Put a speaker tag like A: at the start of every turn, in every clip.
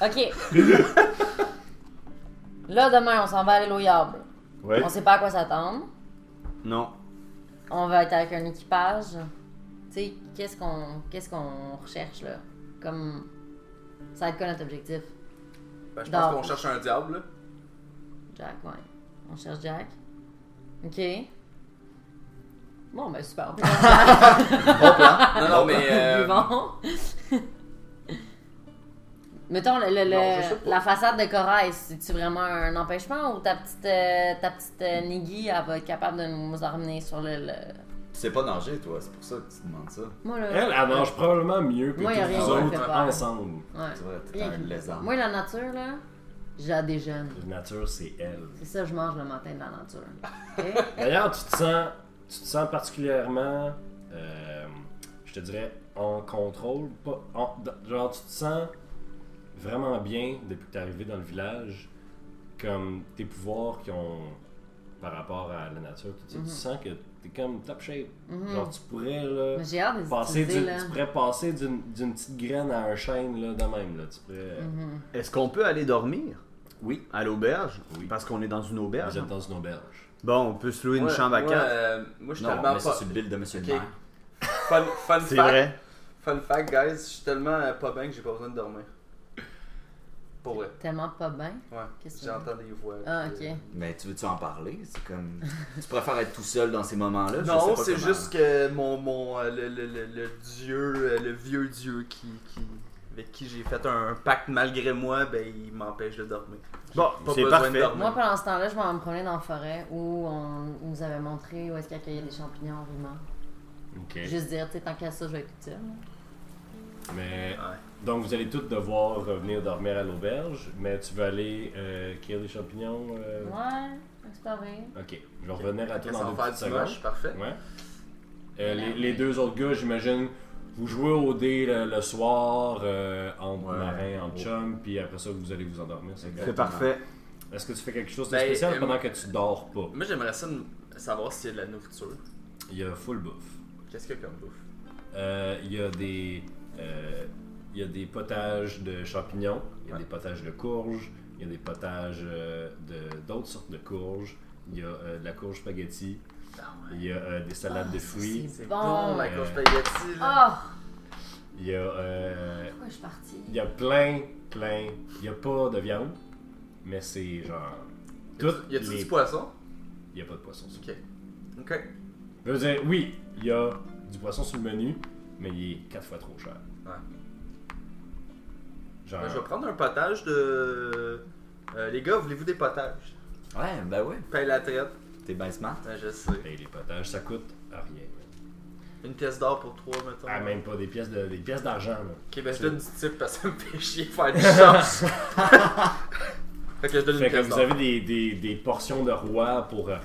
A: OK. là, demain, on s'en va à l'île aux Yables.
B: Ouais.
A: On sait pas à quoi s'attendre.
B: Non.
A: On va être avec un équipage. Tu sais, qu'est-ce qu'on qu'est-ce qu'on recherche, là? Comme... Ça va être quoi notre objectif?
C: Ben, je
A: Non.
C: pense qu'on cherche un diable. là.
A: Jack, ouais. On cherche Jack. OK. Bon, ben super.
B: Ah,
C: Non, non, mais. euh,
A: Bon. Mettons, le- le- le-
C: Non, je sais pas.
A: la façade de corail, c'est-tu vraiment un empêchement ou ta petite, euh, ta petite euh, Niggy, elle va être capable de nous emmener sur le... le-
D: Tu sais pas nager, toi, c'est pour ça que tu te demandes ça.
A: Moi, là...
E: Elle, elle mange probablement mieux que
A: Moi, y a
E: tous
A: rien
E: vous
C: qui me
E: autres
A: fait peur.
E: ensemble.
A: ouais.
D: Tu vois, t'es
A: Rien
D: un
A: qui me-
D: lézard.
A: Moi, la nature, là, j'ai des jeunes.
E: La nature, c'est elle.
A: C'est ça, je mange le matin de la nature. OK?
E: D'ailleurs, tu te sens, tu te sens particulièrement, euh, je te dirais, en contrôle. Pas, en- d- genre, tu te sens vraiment bien depuis que t'es arrivé dans le village. Comme tes pouvoirs qui ont par rapport à la nature, tu, sais,
A: Mhm.
E: tu sens que t'es comme top shape. Genre, tu pourrais là,
A: Mais J'ai hâte de les
E: passer,
A: utiliser,
E: d'une-
A: là.
E: tu pourrais passer d'une d'une petite graine à un chêne là, de même. Là. Tu pourrais.
A: Mhm.
B: Est-ce qu'on peut aller dormir
E: Oui.
B: à l'auberge
E: Oui.
B: Parce qu'on est dans une auberge.
E: Vous êtes dans une auberge.
B: Bon, on peut se louer une
C: moi-
B: chambre à
C: moi,
B: quatre.
C: euh, Moi, je suis
D: Non,
C: tellement
D: Ah, mais ça,
C: pas.
D: c'est l'île de Monsieur
C: Ok.
D: le maire.
C: Fun, fun
B: C'est
C: fact,
B: vrai.
C: Fun fact, guys, je suis tellement euh, pas bien que j'ai pas besoin de dormir. Pour vrai.
A: Tellement pas bien.
C: Ouais.
A: Qu'est-ce que tu
C: J'entends des voix.
A: Ah,
C: puis, euh,
A: ok.
D: Mais tu veux-tu en parler? C'est comme. tu préfères être tout seul dans ces moments-là? Je sais
C: Non,
D: pas
C: c'est
D: comment-
C: juste que mon, mon euh, le, le- le- le dieu, euh, le vieux dieu qui, qui- avec qui j'ai fait un pacte malgré moi, ben il m'empêche de dormir.
B: Bon,
C: Pas
B: c'est
C: besoin de
B: parfait.
C: dormir.
A: Moi, pendant ce temps-là, je m'en promenais dans la forêt où on on nous avait montré où est-ce qu'il accueillait des champignons vivants.
E: Ok.
A: Juste dire, tu sais, tant qu'à ça, je vais écouter ça. là.
E: Mais
C: Ouais.
E: Donc vous allez toutes devoir revenir dormir à l'auberge, mais tu vas aller euh, cueillir des champignons. euh,
A: Ouais, explorer.
E: Ok, je vais revenir à
C: Fait
E: toi
C: que
E: dans
C: sans
E: deux
C: faire
E: petites
C: du moche,
E: secondes.
C: parfait.
E: Ouais. Euh, les, les deux autres gars, j'imagine, vous jouez au dé le, le soir euh, entre
D: Ouais.
E: marin, entre chum, puis après ça vous allez vous endormir. c'est
B: C'est
E: correct.
B: parfait.
E: Est-ce que tu fais quelque chose de
C: Ben,
E: spécial
C: euh,
E: pendant que tu dors pas
C: Moi j'aimerais ça n- savoir s'il y a de la nourriture.
E: Il y a full bouffe.
C: Qu'est-ce qu'il y a comme bouffe?
E: Euh, Il y a des euh, il y a des potages de champignons, il y a
C: Ouais.
E: des potages de courges, il y a des potages euh, de d'autres sortes de courges, il y a euh, de la courge spaghetti,
C: Ah
E: il y a euh, des salades de fruits,
A: c'est-
C: C'est
A: Bon.
C: bon, la courge
E: Euh.
C: spaghetti là.
A: Oh,
E: il y a euh,
A: pourquoi je suis partie?
E: il y a plein plein, il y a pas de viande, mais c'est genre tout
C: Y a-tu
E: les-
C: du poisson?
E: il y a pas de poisson. Sur...
C: Ok. Ok. Ben,
E: Je veux dire oui, il y a du poisson sur le menu, mais il est quatre fois trop cher.
C: Ouais.
E: Genre
C: Ben, je vais prendre un potage de. Euh, les gars, voulez-vous des potages?
D: Ouais, ben ouais.
C: Paye la traite.
D: T'es ben smart.
C: Ben, je sais.
E: paye les potages, ça coûte rien.
C: Une pièce d'or pour trois, mettons.
E: Ah, même pas des pièces de, des pièces d'argent là.
C: Ok, ben je donne du type parce que ça me fait chier de faire du change. fait que je donne
E: Fait
C: une
E: que
C: pièce
E: vous
C: d'or.
E: avez des, des- des portions de roi pour rien.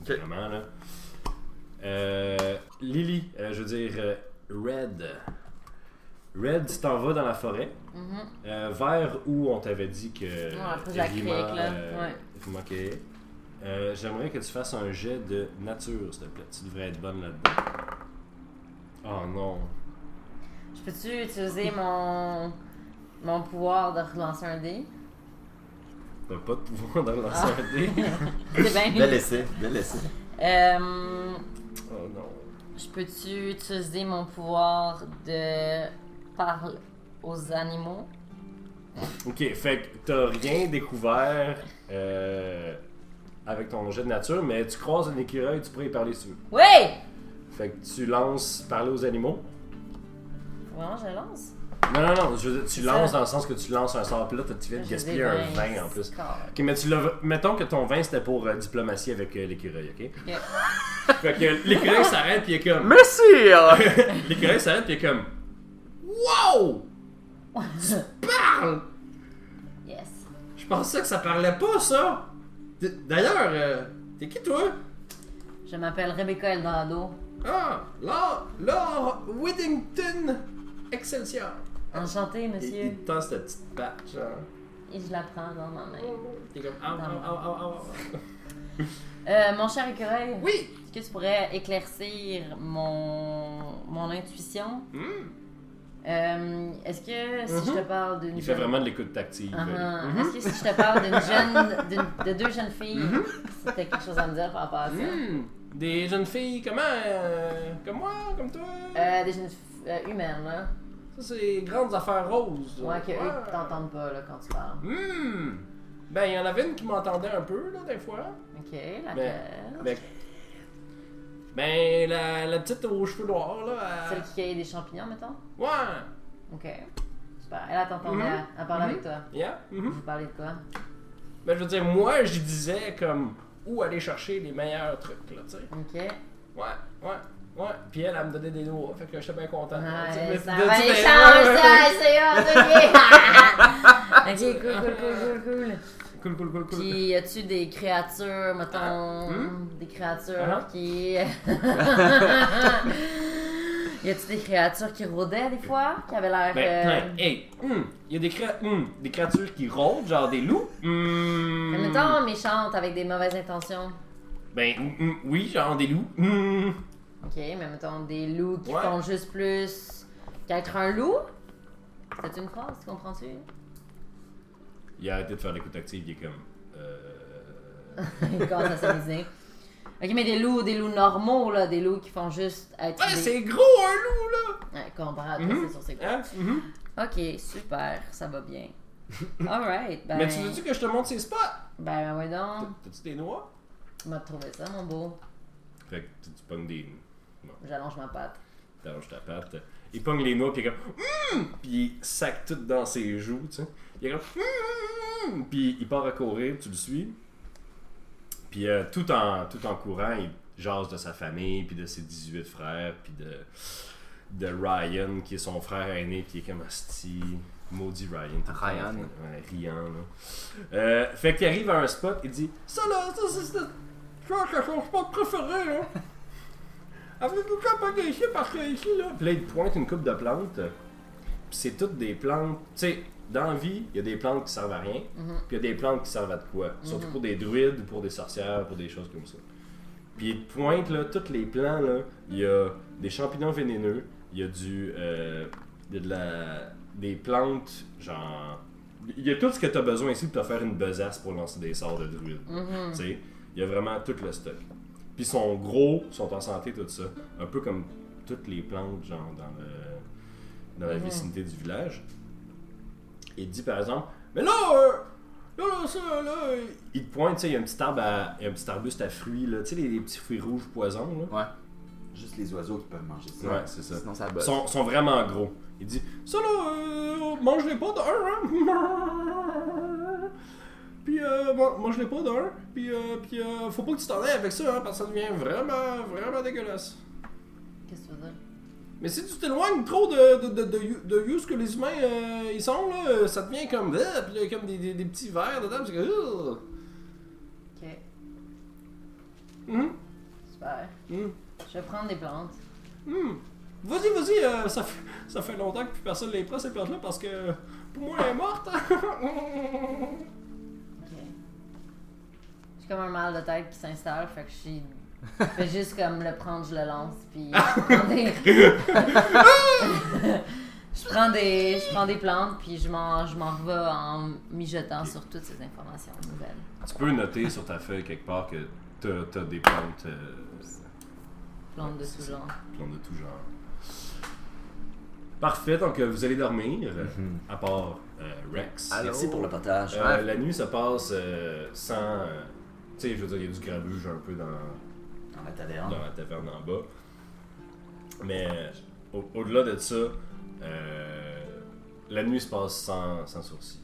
C: Ok.
E: Vraiment, là. Euh, Lily, euh, je veux dire euh, Red. Red, tu t'en vas dans la forêt,
A: Mhm. Ah,
E: euh, vers où on t'avait dit que. euh,
A: après la crique, là. Ouais.
E: Rima Kay. Euh, J'aimerais que tu fasses un jet de nature, s'il te plaît. Tu devrais être bonne là-dedans. Oh non.
A: Je peux-tu utiliser mon... mon pouvoir de relancer un dé?
E: T'as pas de pouvoir de
A: Ah.
E: lancer un dé.
A: C'est
D: Bel
A: bien.
D: essai, bel essai.
A: Euh,
E: Oh non.
A: je peux-tu utiliser mon pouvoir de parler aux animaux?
E: Ok, fait que t'as rien découvert euh, avec ton jet de nature, mais tu croises un écureuil, tu pourrais y parler si tu veux.
A: Oui!
E: Fait que tu lances parler aux animaux.
A: Vraiment, je lance?
E: Non, non, non, je veux dire, tu lances
A: Ça.
E: dans le sens que tu lances un sort, puis là, t'as- tu viens de
A: J'ai
E: gaspiller
A: des
E: un
A: vingt,
E: vin en plus.
A: score.
E: Ok, mais tu l'as. Mettons que ton vin c'était pour euh, diplomatie avec euh, l'écureuil, ok? Fait que l'écureuil s'arrête, puis il est comme.
B: Merci!
E: L'écureuil s'arrête, puis il est comme. Wow! Tu parles!
A: Yes.
E: Je pensais que ça parlait pas, ça! D- D'ailleurs, euh, t'es qui toi?
A: Je m'appelle Rebecca Eldado.
E: Ah, Laure, Laure Whittington Excelsior.
A: Enchantée,
E: Il,
A: monsieur.
E: il te tend cette petite patte, genre.
A: Et je la prends dans ma main.
E: T'es comme, ah, ah, ah, ah, ah.
A: Euh, mon cher écureuil,
E: Oui!
A: est-ce que tu pourrais éclaircir mon, mon intuition?
E: Hmm.
A: Euh, Est-ce que si je te parle d'une
E: Mm-hmm. Il fait
A: jeune-
E: vraiment de l'écoute tactique.
A: Ah, ah.
E: Mhm.
A: Est-ce que si je te parle d'une jeune, d'une- de deux jeunes filles,
E: Mm-hmm.
A: c'était quelque chose à me dire par rapport à ça?
E: Hmm, Des jeunes filles, comment euh, Comme moi, comme toi
A: Euh, des jeunes f- euh, humaines, là.
E: Ça, c'est grandes affaires roses.
A: Ouais, que eux
E: Ouais.
A: t'entendent pas, là, quand tu parles.
E: Hmm. Ben, il y en avait une qui m'entendait un peu, là, des fois.
A: Ok, laquelle?
E: Ben, ben la, la petite aux cheveux noirs, là.
A: Celle
E: elle-
A: qui cueillait des champignons, mettons?
E: Ouais.
A: Ok. Super. Elle, elle t'entendait,
E: Mhm.
A: elle parlait
E: Mhm.
A: avec toi.
E: Yeah. mhm.
A: Vous parlez de quoi?
E: Ben, je veux dire, moi, je disais comme où aller chercher les meilleurs trucs, là, tu sais.
A: Ok.
E: Ouais, ouais, ouais. Puis elle, elle me donnait des doigts, fait que j'étais bien content. là, tu sais.
A: Ouais,
E: Mais-
A: ça
E: mais-
A: va
E: mais-
A: les
E: ouais,
A: changes,
E: ouais,
A: ça, c'est hot,
E: ouais.
A: ok! Ok, cool, cool, cool, cool, cool.
E: Cool, cool, cool, cool.
A: Puis, y a-tu des créatures, mettons, des créatures
E: Hmm? Ah.
A: qui. y a-tu des créatures qui rôdaient des fois, qui avaient l'air.
E: Ben,
A: euh,
E: plein. Hey, hum, il y a des, créa- hum, des créatures qui rôdent, genre des loups. Hum.
A: mais mettons méchantes avec des mauvaises intentions.
E: Ben, hum, hum, oui, genre des loups. Hum.
A: Ok, mais mettons des loups qui
E: Ouais.
A: font juste plus qu'être un loup. C'est une phrase, tu comprends-tu?
E: Il a arrêté de faire l'écoute active, il est comme. Euh...
A: Quand ça s'amusait. Ok, mais des loups, des loups normaux, là, des loups qui font juste être.
E: Ouais,
A: des-
E: c'est gros un loup là!
A: Ouais, comparable,
E: Mhm.
A: c'est sur ses
E: Hein? Mhm.
A: Ok, super, ça va bien. Alright, ben.
E: Mais tu veux-tu que je te montre ses spots?
A: Ben, ben, ouais, donc.
E: T'as-tu des noix?
A: Tu m'as trouvé ça, mon beau.
E: Fait que tu, tu pognes des.
A: J'allonge ma patte.
E: T'allonges ta patte. Il pogne les noix, pis il est comme. Hum! Pis il sac tout dans ses joues, tu sais. Il est comme. Hum! hum, hum. Pis il part à courir, tu le suis. Puis euh, tout, en, tout en courant, il jase de sa famille, puis de ses 18 frères, puis de, de Ryan, qui est son frère aîné, qui est comme Asti. Maudit Ryan. t'es
C: Ryan.
E: en train de- Ouais, Ryan, là. Euh, fait qu'il arrive à un spot, il dit Ça là, ça c'est. c'est- Je crois que c'est son spot préféré, là. Avez-vous qu'à pas ici parce que ici, là. Puis là, il pointe une coupe de plantes. Puis c'est toutes des plantes. Tu sais, dans la vie, il y a des plantes qui servent à rien. Puis il y a des plantes qui servent à de quoi? Surtout pour des druides, pour des sorcières, pour des choses comme ça. Puis il pointe là, tous les plants là. Il y a des champignons vénéneux, il y a du, euh, il y a de la, des plantes genre, il y a tout ce que t'as besoin ici pour te faire une besace pour lancer des sorts de druides. Tu sais, il y a vraiment tout le stock. Puis ils sont gros, ils sont en santé tout ça, un peu comme toutes les plantes genre dans le, dans
D: Mhm.
E: la vicinité du village. Il dit par exemple, mais là, euh, Là, là, ça, là, euh, il te pointe, tu sais, il y a un petit arbre à- il y a un petit arbuste à fruits, là, tu sais, les, les petits fruits rouges poison, là.
C: Ouais.
D: Juste les oiseaux qui peuvent manger ça.
E: Ouais, c'est ça.
C: Sinon, ça
E: Ils
C: bosse.
E: sont, sont vraiment gros. Il dit, ça, là, euh, mange-les pas d'un, hein. Puis, euh, man- mange-les pas d'un, puis, euh, puis euh, faut pas que tu t'en ailles avec ça, hein, parce que ça devient vraiment, vraiment dégueulasse.
A: Qu'est-ce que tu veux dire?
E: Mais si tu t'éloignes trop de, de, de, de, you- de you, ce que les humains, euh, ils sont, là, euh, ça devient comme, euh, puis là, comme des, des, des petits verres dedans, c'est que, euh,
A: Ok,
E: hum,
A: super.
E: hum.
A: Je vais prendre des plantes.
E: Hmm. Vas-y, vas-y, euh, ça, fait, ça fait longtemps que plus personne les prend, ces plantes-là, parce que pour moi, elle est morte.
A: Ok. J'ai comme un mal de tête qui s'installe, fait que je suis. Je fais juste comme le prendre, je le lance, puis je prends des. je, prends des je prends des plantes, puis je m'en, je m'en vais en mijotant sur toutes ces informations nouvelles.
E: tu peux noter sur ta feuille quelque part que t'as, t'as des plantes, euh,
A: Plantes de tout genre.
E: plantes de tout genre. Parfait, donc euh, vous allez dormir, euh, à part euh, Rex.
C: Allô?
D: Mhm. Merci pour le partage.
E: Euh, la nuit se passe euh, sans... euh, tu sais, je veux dire, il y a du grabuge un peu dans,
D: Dans la taverne.
E: dans la taverne en bas. Mais euh, au- au-delà de ça, euh, la nuit se passe sans, sans sourcil.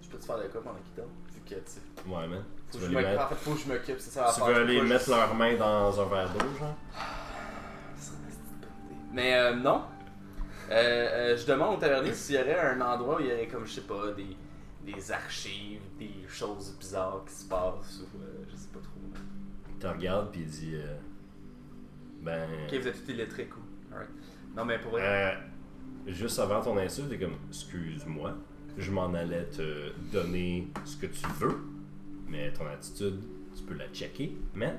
C: Je peux te faire de quoi pendant qu'il dort? Vu que, tu sais,
E: Ouais, man.
C: faut
E: Tu
C: que
E: veux
C: je
E: aller
C: m'occupe.
E: mettre,
C: En fait, faut que je m'occupe, c'est ça.
E: tu veux aller mettre leurs mains dans un verre d'eau, genre?
C: Mais euh, non. Euh, euh, je demande au tavernier s'il y aurait un endroit où il y aurait, comme, je sais pas, des, des archives, des choses bizarres qui se passent ou euh, je sais pas trop.
E: Il te regarde puis il dit. euh, ben.
C: Ok, vous êtes tout électrique ou. Alright. Non, mais pour vrai.
E: euh, juste avant ton insulte, t'es comme. Excuse-moi, je m'en allais te donner ce que tu veux, mais ton attitude, tu peux la checker, man.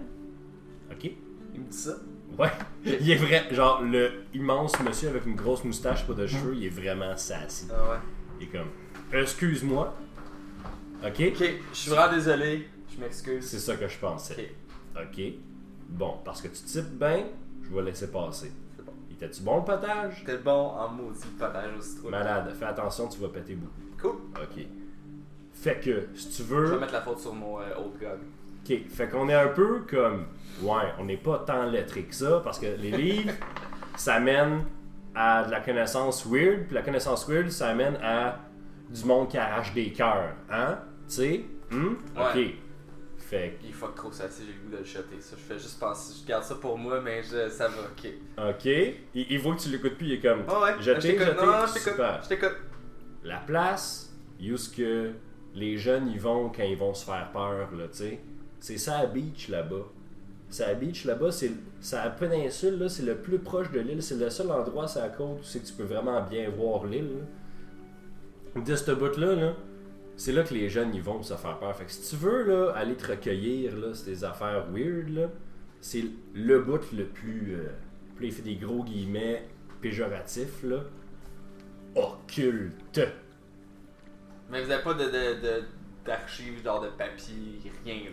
E: Ok?
C: Euh, Il me dit ça.
E: Ouais. Il est vrai, genre le immense monsieur avec une grosse moustache, pas de cheveux, il est vraiment sassy.
C: Ah ouais.
E: Il est comme excuse-moi. OK
C: Ok, je suis vraiment désolé. Je m'excuse.
E: C'est ça que je pensais. OK. Bon, parce que tu types bien, je vais laisser passer.
C: C'est bon.
E: Il était tu bon le potage
C: T'es bon en maudit partage au citron.
E: Malade, fais attention, tu vas péter beaucoup.
C: Cool.
E: OK. Fait que si tu
C: Je vais
E: veux,
C: mettre la faute sur mon euh, old god.
E: OK, fait qu'on est un peu comme ouais, on n'est pas tant lettré que ça parce que les livres ça mène à de la connaissance weird, puis la connaissance weird ça mène à du monde qui arrache des cœurs, hein Tu sais Hum? OK.
C: Ouais.
E: Fait que
C: Il fuck trop sassy, j'ai le goût de le shotter. Ça, je fais juste penser. Je garde ça pour moi, mais je, ça va, ok.
E: OK. Il, il voit que tu l'écoutes plus, il est comme.
C: Ah ouais,
E: Jeté,
C: je t'écoute.
E: jeté,
C: Non, non, je t'écoute.
E: super.
C: Je t'écoute.
E: La place, où ce que les jeunes y vont quand ils vont se faire peur, là, tu sais. C'est ça beach là-bas. Ça beach là-bas, c'est ça péninsule, là, c'est le plus proche de l'île. C'est le seul endroit sur la côte où c'est que tu peux vraiment bien voir l'île. là. De ce bout-là, là, c'est là que les jeunes y vont pour se faire peur. Fait que si tu veux là, aller te recueillir, là, c'est des affaires weird, là, c'est le bout le plus. euh, puis il fait des gros guillemets péjoratifs, là. Occulte.
C: Mais vous avez pas de, de, de- d'archives, genre de papier, rien, là.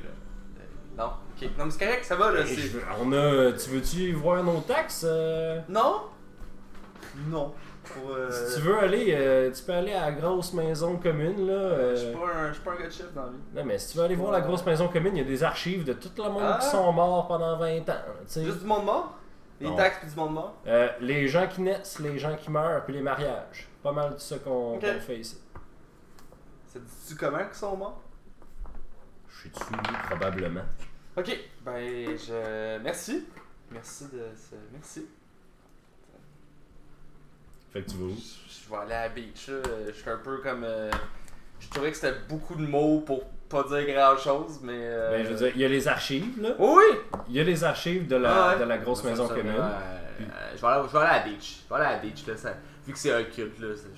C: Euh, non, ok. Non, mais c'est correct, ça va, là.
E: Hey,
C: c'est-
E: je veux- on a, tu veux-tu voir nos taxes? euh?
C: Non? Non. Pour, euh,
E: Si tu veux aller, euh, tu peux aller à la grosse maison commune, là. euh.
C: Je suis pas, un- je suis pas un gars de chiffre dans la vie.
E: Non, mais si tu veux aller voir la grosse maison commune, il y a des archives de tout le monde
C: Ah.
E: qui sont morts pendant 20 ans, là, tu sais.
C: Juste du monde mort? Les
E: Non.
C: taxes pis du monde mort?
E: Euh, les gens qui naissent, les gens qui meurent, puis les mariages. Pas mal de ça qu'on
C: Ok.
E: qu'on fait ici.
C: C'est du commun qui sont morts?
E: Je suis dessus, probablement.
C: Ok, ben je. Merci. Merci de ce. Merci.
E: Fait que tu vas où?
C: Je je vais aller à la beach. là. Je suis un peu comme. euh, Je trouvais que c'était beaucoup de mots pour pas dire grand chose, mais. euh,
E: Ben, je veux dire, il y a les archives, là.
C: Oui, oui!
E: Il y a les archives de la,
C: Ah ouais.
E: de la grosse maison
C: Ça, ça,
E: commune.
C: euh, euh, je, vais aller, je vais aller à la beach. Je vais aller à la beach, là. ça- vu que c'est un culte, là. c'est-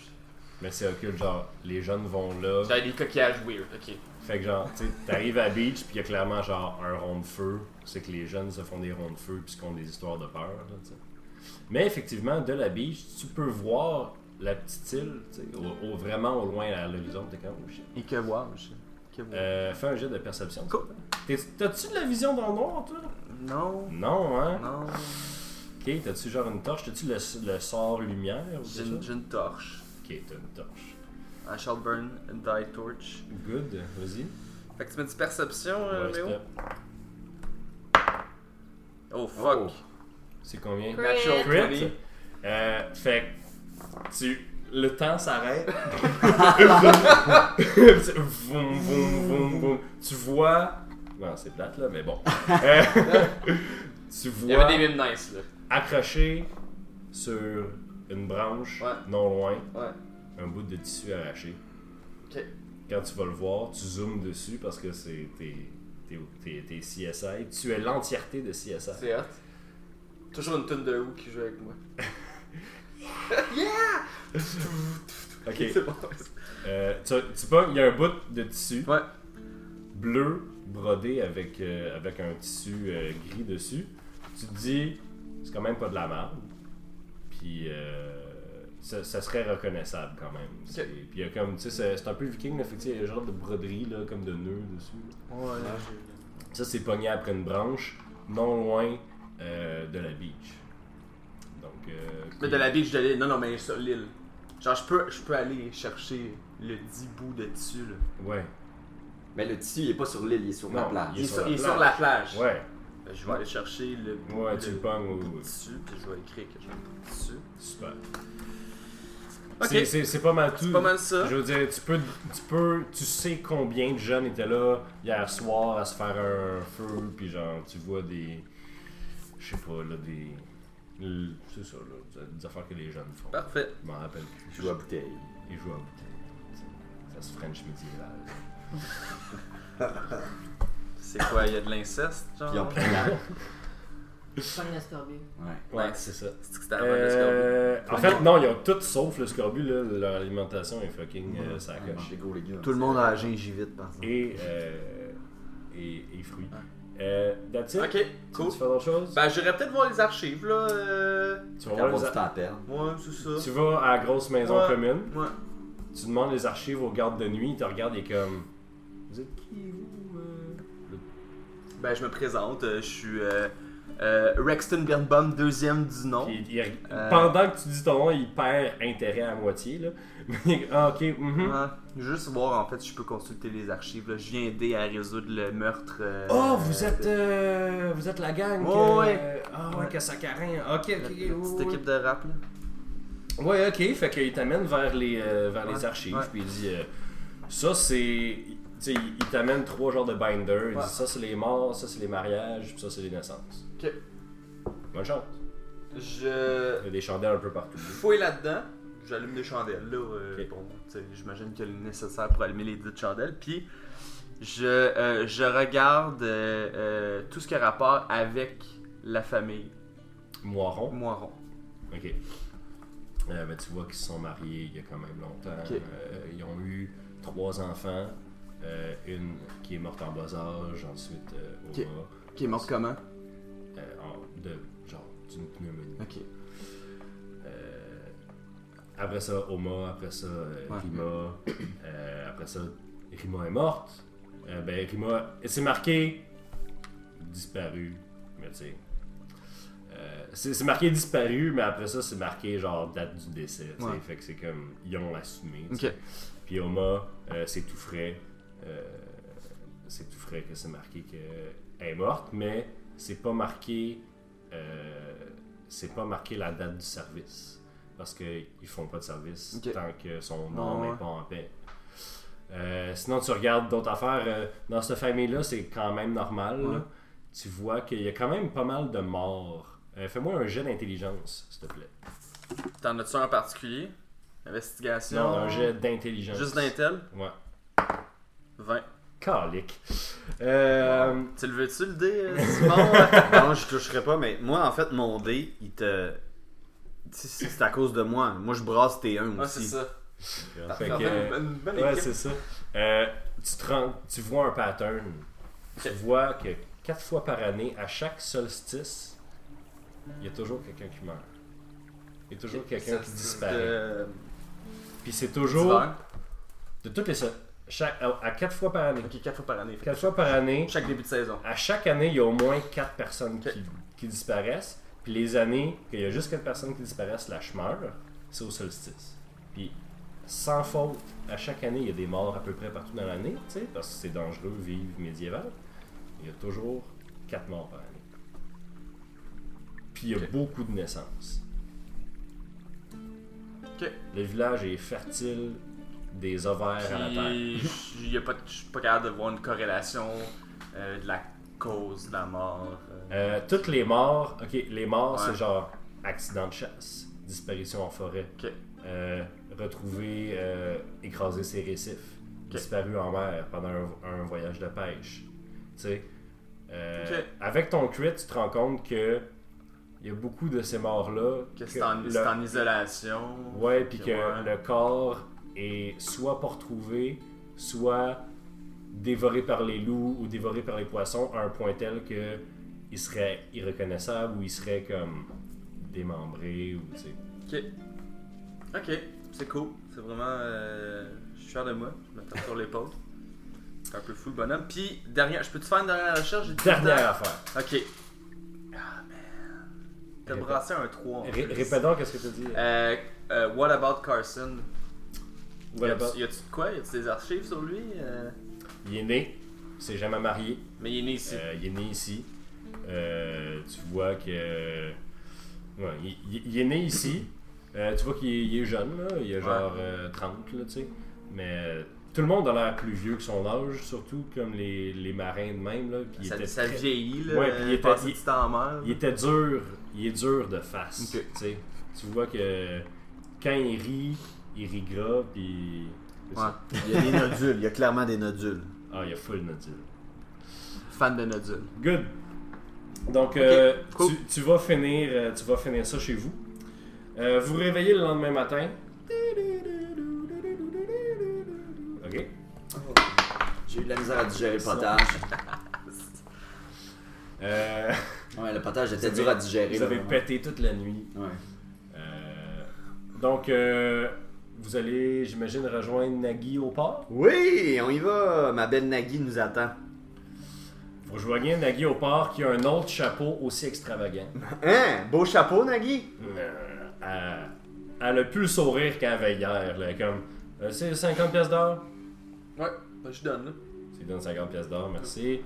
E: Mais c'est occulte, genre, les jeunes vont là.
C: J'avais des coquillages weird, ok.
E: Fait que genre, tu sais, t'arrives à la beach, puis il y a clairement genre un rond de feu. C'est que les jeunes se font des ronds de feu, puis se comptent des histoires de peur, là, tu sais. Mais effectivement, de la beach, tu peux voir la petite île, tu sais, au- au- vraiment au loin à l'horizon. T'es comme, oh shit.
C: Et que voir, je sais. Que
E: Euh, fais un jet de perception.
C: Cool.
E: T'es- T'as-tu de la vision dans le noir, toi?
C: Euh, Non.
E: Non, hein?
C: Non.
E: Ok, t'as-tu genre une torche? T'as-tu le, le sort lumière ou
C: J'ai
E: quelque
C: une,
E: chose?
C: j'ai une torche.
E: Ok, t'as une torche.
C: I shall burn and die torch.
E: Good, vas-y.
C: Fait que tu mets du perception, euh,
E: Ouais,
C: Léo?
E: step.
C: Oh fuck.
E: C'est combien?
A: Crit.
C: Natural
E: Crit.
C: 20.
E: Euh, fait que tu, le temps s'arrête. Vroom, vroom, vroom, vroom. Tu vois. Bon, c'est plate là, mais bon. Euh, tu
C: Il y
E: vois
C: avait des mimes nice, là.
E: accroché sur une branche
C: Ouais.
E: non loin
C: Ouais.
E: un bout de tissu arraché.
C: Ok.
E: Quand tu vas le voir, tu zoomes dessus parce que c'est tes, tes, tes- tes CSI. Tu es l'entièreté de CSI.
C: C'est hot. Toujours une tonne de Who qui joue avec moi.
E: Ok.
C: C'est bon.
E: Euh, tu, tu vois, il y a un bout de tissu
C: Ouais.
E: bleu brodé avec, euh, avec un tissu euh, gris dessus. Tu te dis, c'est quand même pas de la merde. Puis euh, ça, ça serait reconnaissable quand même. C'est- Puis il y a comme, tu sais, c'est- c'est un peu viking, là, fait que, tu sais, il y a un genre de broderie, là, comme de nœud dessus.
C: Ouais.
E: Ça, c'est pogné après une branche, non loin euh, de la beach. Donc, euh,
C: Mais de la beach de l'île. Non, non, mais sur l'île. Genre, je peux, je peux aller chercher le 10 bout de dessus, là.
E: Ouais,
D: Mais le tissu, il est pas sur l'île, il est sur la
E: Non,
D: plage.
E: Il est
C: Il est
E: sur
C: sur,
E: la
C: il est sur la plage.
E: ouais.
C: Ben, Je vais aller chercher le bout
E: Ouais,
C: de,
E: tu Hmm. le pognes, oui,
C: bout de
E: oui.
C: dessus, puis je vais écrire quelque chose dessus.
E: Super.
C: Ok.
E: C'est- C'est c'est pas mal tout.
C: C'est pas mal ça.
E: Je veux dire, tu peux, tu peux, tu sais combien de jeunes étaient là hier soir à se faire un feu, puis genre, tu vois des, je sais pas, là, des, l- c'est ça, là, des- des affaires que les jeunes font.
C: Parfait.
E: Je m'en rappelle plus.
D: Je joue à bouteille.
E: Ils jouent à bouteille. Ça se French médiéval.
C: C'est quoi, il y a de l'inceste,
D: Puis on
C: genre?
D: prend la.
A: Comme le scorbut.
D: Ouais.
C: Ouais,
E: c'est ça.
C: C'est que c'était avant Ah le scorbut.
E: Euh, en fait, non, ils ont tout sauf le scorbut, là, leur alimentation est fucking euh, ça
D: Ah, J'ai gros légumes.
B: Tout le monde a la gingivite, par exemple.
E: et, euh, et, et fruits. Euh, that's it.
C: Ok, cool.
E: Tu fais d'autres choses?
C: Ben, j'irais peut-être voir les archives, là. Euh...
E: tu, vas
D: On va
E: voir
D: pas
E: les
D: du temps
E: ar-
D: à perdre.
C: Ouais, c'est ça.
E: tu vas à la grosse maison
C: Ouais.
E: commune,
C: Ouais.
E: tu demandes les archives aux gardes de nuit, ils te regardent et comme. Vous êtes qui, vous euh?
C: Ben, je me présente, euh, je suis euh, euh, Rexton Birnbaum, deuxième du nom.
E: Puis il- il-
C: Euh.
E: Pendant que tu dis ton nom, il perd intérêt à moitié. Là. Mais, ah, ok, mhm.
C: Ouais. Juste voir, en fait, si je peux consulter les archives. Là. Je viens aider à résoudre le meurtre. euh,
E: Oh, vous
C: euh,
E: êtes,
C: de-
E: euh, vous êtes la gang. que-
C: Ouais, ouais.
E: Ah ouais, que Saccharin. Ok, ok,
C: la- la
E: ok.
C: petite
E: ouais, ouais.
C: équipe de rap, là.
E: Ouais, ok. Fait qu'il t'amène vers les, euh, vers les
C: Ouais,
E: archives.
C: ouais.
E: Puis il dit, euh, ça c'est, il- tu sais, il il t'amène trois genres de binders. Il
C: Ouais.
E: dit, ça c'est les morts, ça c'est les mariages, puis ça c'est les naissances.
C: Ok.
E: Bonne chance.
C: Je
E: Il y a des chandelles un peu partout.
C: fouille là-dedans. J'allume des chandelles, là. euh,
E: Ok.
C: Bon, tu sais, j'imagine que le nécessaire pour allumer les dites chandelles. Puis, je, euh, je regarde euh, euh, tout ce qui a rapport avec la famille
E: Moiron.
C: Moiron.
E: Ok. Euh, ben, tu vois qu'ils se sont mariés il y a quand même longtemps.
C: Ok.
E: Euh, ils ont eu trois enfants. Euh, une qui est morte en bas âge, ensuite euh, Oma,
C: Ok. Qui est morte comment
E: euh, en- de, genre d'une pneumonie.
C: Ok.
E: Euh, après ça, Oma, après ça, euh,
C: Ouais.
E: Rima. Euh, après ça, Rima est morte. Euh, ben, Rima, c'est marqué disparu, mais tu sais. euh, c'est c'est marqué disparu, mais après ça, c'est marqué genre date du décès. tu sais.
C: Ouais.
E: Fait que c'est comme, ils ont assumé. tu
C: Ok.
E: sais. Puis Oma, euh, c'est tout frais. euh, c'est tout frais que c'est marqué qu'elle est morte, mais c'est pas marqué. euh, c'est pas marqué la date du service. Parce qu'ils font pas de service
C: Ok.
E: tant que son
C: Non,
E: nom n'est
C: ouais.
E: pas en paix. Euh, sinon, tu regardes d'autres affaires. euh, dans cette famille-là, c'est quand même normal. là.
C: Ouais.
E: Tu vois qu'il y a quand même pas mal de morts. Euh, Fais-moi un jet d'intelligence, s'il te plaît.
C: T'en as-tu un en particulier Investigation
E: Non, un jet d'intelligence.
C: Juste d'intel
E: Ouais.
C: 20.
E: Calique. Euh,
C: Tu le veux-tu le dé, euh, Simon
B: non, je toucherai pas, mais moi, en fait, mon dé, il te. Si- si C'est à cause de moi. Moi, je brasse tes 1
C: Ah, c'est
B: aussi.
C: ça.
E: fait
C: T'as
E: que-
C: fait une- une bonne
E: Ouais,
C: équipe.
E: c'est ça. Euh, tu, te rends- tu vois un pattern. Tu vois que quatre fois par année, à chaque solstice, il y a toujours quelqu'un qui meurt. Il y a toujours quelqu'un qui
C: Solstice
E: disparaît.
C: de-
E: Puis c'est toujours
C: d'hiver.
E: de toutes les sol- chaque à, à quatre fois par année.
C: Ok, 4 fois par année. fait.
E: Quatre fois par année,
C: Chaque début de saison.
E: à chaque année, il y a au moins quatre personnes qui,
C: Ok.
E: qui disparaissent. Puis les années qu'il y a juste quatre personnes qui disparaissent, la meurt, c'est au solstice. Puis sans faute, à chaque année, il y a des morts à peu près partout dans l'année, tu sais, parce que c'est dangereux vivre médiéval. Il y a toujours quatre morts par année. Puis il y a beaucoup de naissances.
C: Ok.
E: Le village est fertile des ovaires à la terre.
C: Puis, je y a pas- je suis pas capable de voir une corrélation euh, de la cause de la mort. euh.
E: Euh, toutes les morts, ok, les morts,
C: Ouais.
E: c'est genre accident de chasse, disparition en forêt,
C: Ok.
E: euh, retrouver, euh, écraser ses récifs,
C: Ok.
E: disparu en mer pendant un, un voyage de pêche. Tu sais, euh,
C: Ok.
E: avec ton crit, tu te rends compte que il y a beaucoup de ces morts-là.
C: Que
E: que
C: c'est en,
E: le-
C: c'est en isolation.
E: Ouais, puis que
C: ouais.
E: le corps est soit pas retrouvé, soit dévoré par les loups ou dévoré par les poissons à un point tel que il serait irreconnaissable ou il serait comme démembré ou tu sais.
C: Ok, c'est cool. C'est vraiment. euh, je suis fier de moi. Je me tape sur l'épaule. C'est un peu fou le bonhomme. Puis, dernière. Je peux-tu faire une dernière recherche J'ai du
E: Dernière affaire.
C: temps. Ok. Ah, man. T'as
E: Répète.
C: brassé un 3. en
E: Ré-
C: plus.
E: Répète donc qu'est-ce que tu dis.
C: Euh, euh, what about Carson
E: What
C: Y a-tu-
E: about-
C: Y a-tu de quoi Y a-tu des archives sur lui Euh,
E: Il est né, il s'est jamais marié,
C: Mais il est né ici.
E: euh, il est né ici. Euh, tu vois que ouais, il, il- il est né ici. Euh, tu vois qu'il est- il est jeune, là. il a genre euh, 30, là, tu sais. Mais euh, tout le monde a l'air plus vieux que son âge, surtout comme les, les marins de même. Là, puis il
C: ça,
E: était
C: ça
E: très-
C: vieillit, là.
E: Ouais, puis il était-
C: passé
E: il-
C: du temps en mer.
E: il était dur, il est dur de face.
C: Ok.
E: tu sais. Tu vois que quand il rit, il rit gras, puis. c'est ça.
B: Il y a des nodules. Il y a clairement des nodules.
E: Ah, il a full nodule.
C: Fan de Nodule.
E: Good. Donc, euh,
C: cool.
E: tu, tu vas finir, euh, tu vas finir ça chez vous. Euh, vous vous réveillez le lendemain matin. Ok.
D: J'ai eu de la misère à digérer le potage.
E: Euh,
D: Ouais, le potage était
E: Vous
D: dur
E: avez-
D: à digérer.
E: vous
D: là,
E: avez
D: vraiment.
E: pété toute la nuit.
D: Ouais.
E: Euh, donc, euh, vous allez, j'imagine, rejoindre Nagui au port.
B: Oui, on y va. Ma belle Nagui nous attend.
E: Vous rejoignez Nagui au port qui a un autre chapeau aussi extravagant.
B: Hein? Beau chapeau, Nagui?
E: Euh, elle- elle a plus le sourire qu'elle avait hier. Là, comme, euh, c'est 50 pièces d'or.
C: Ouais, ben, je donne. là.
E: Ça lui donne 50 pièces d'or, merci.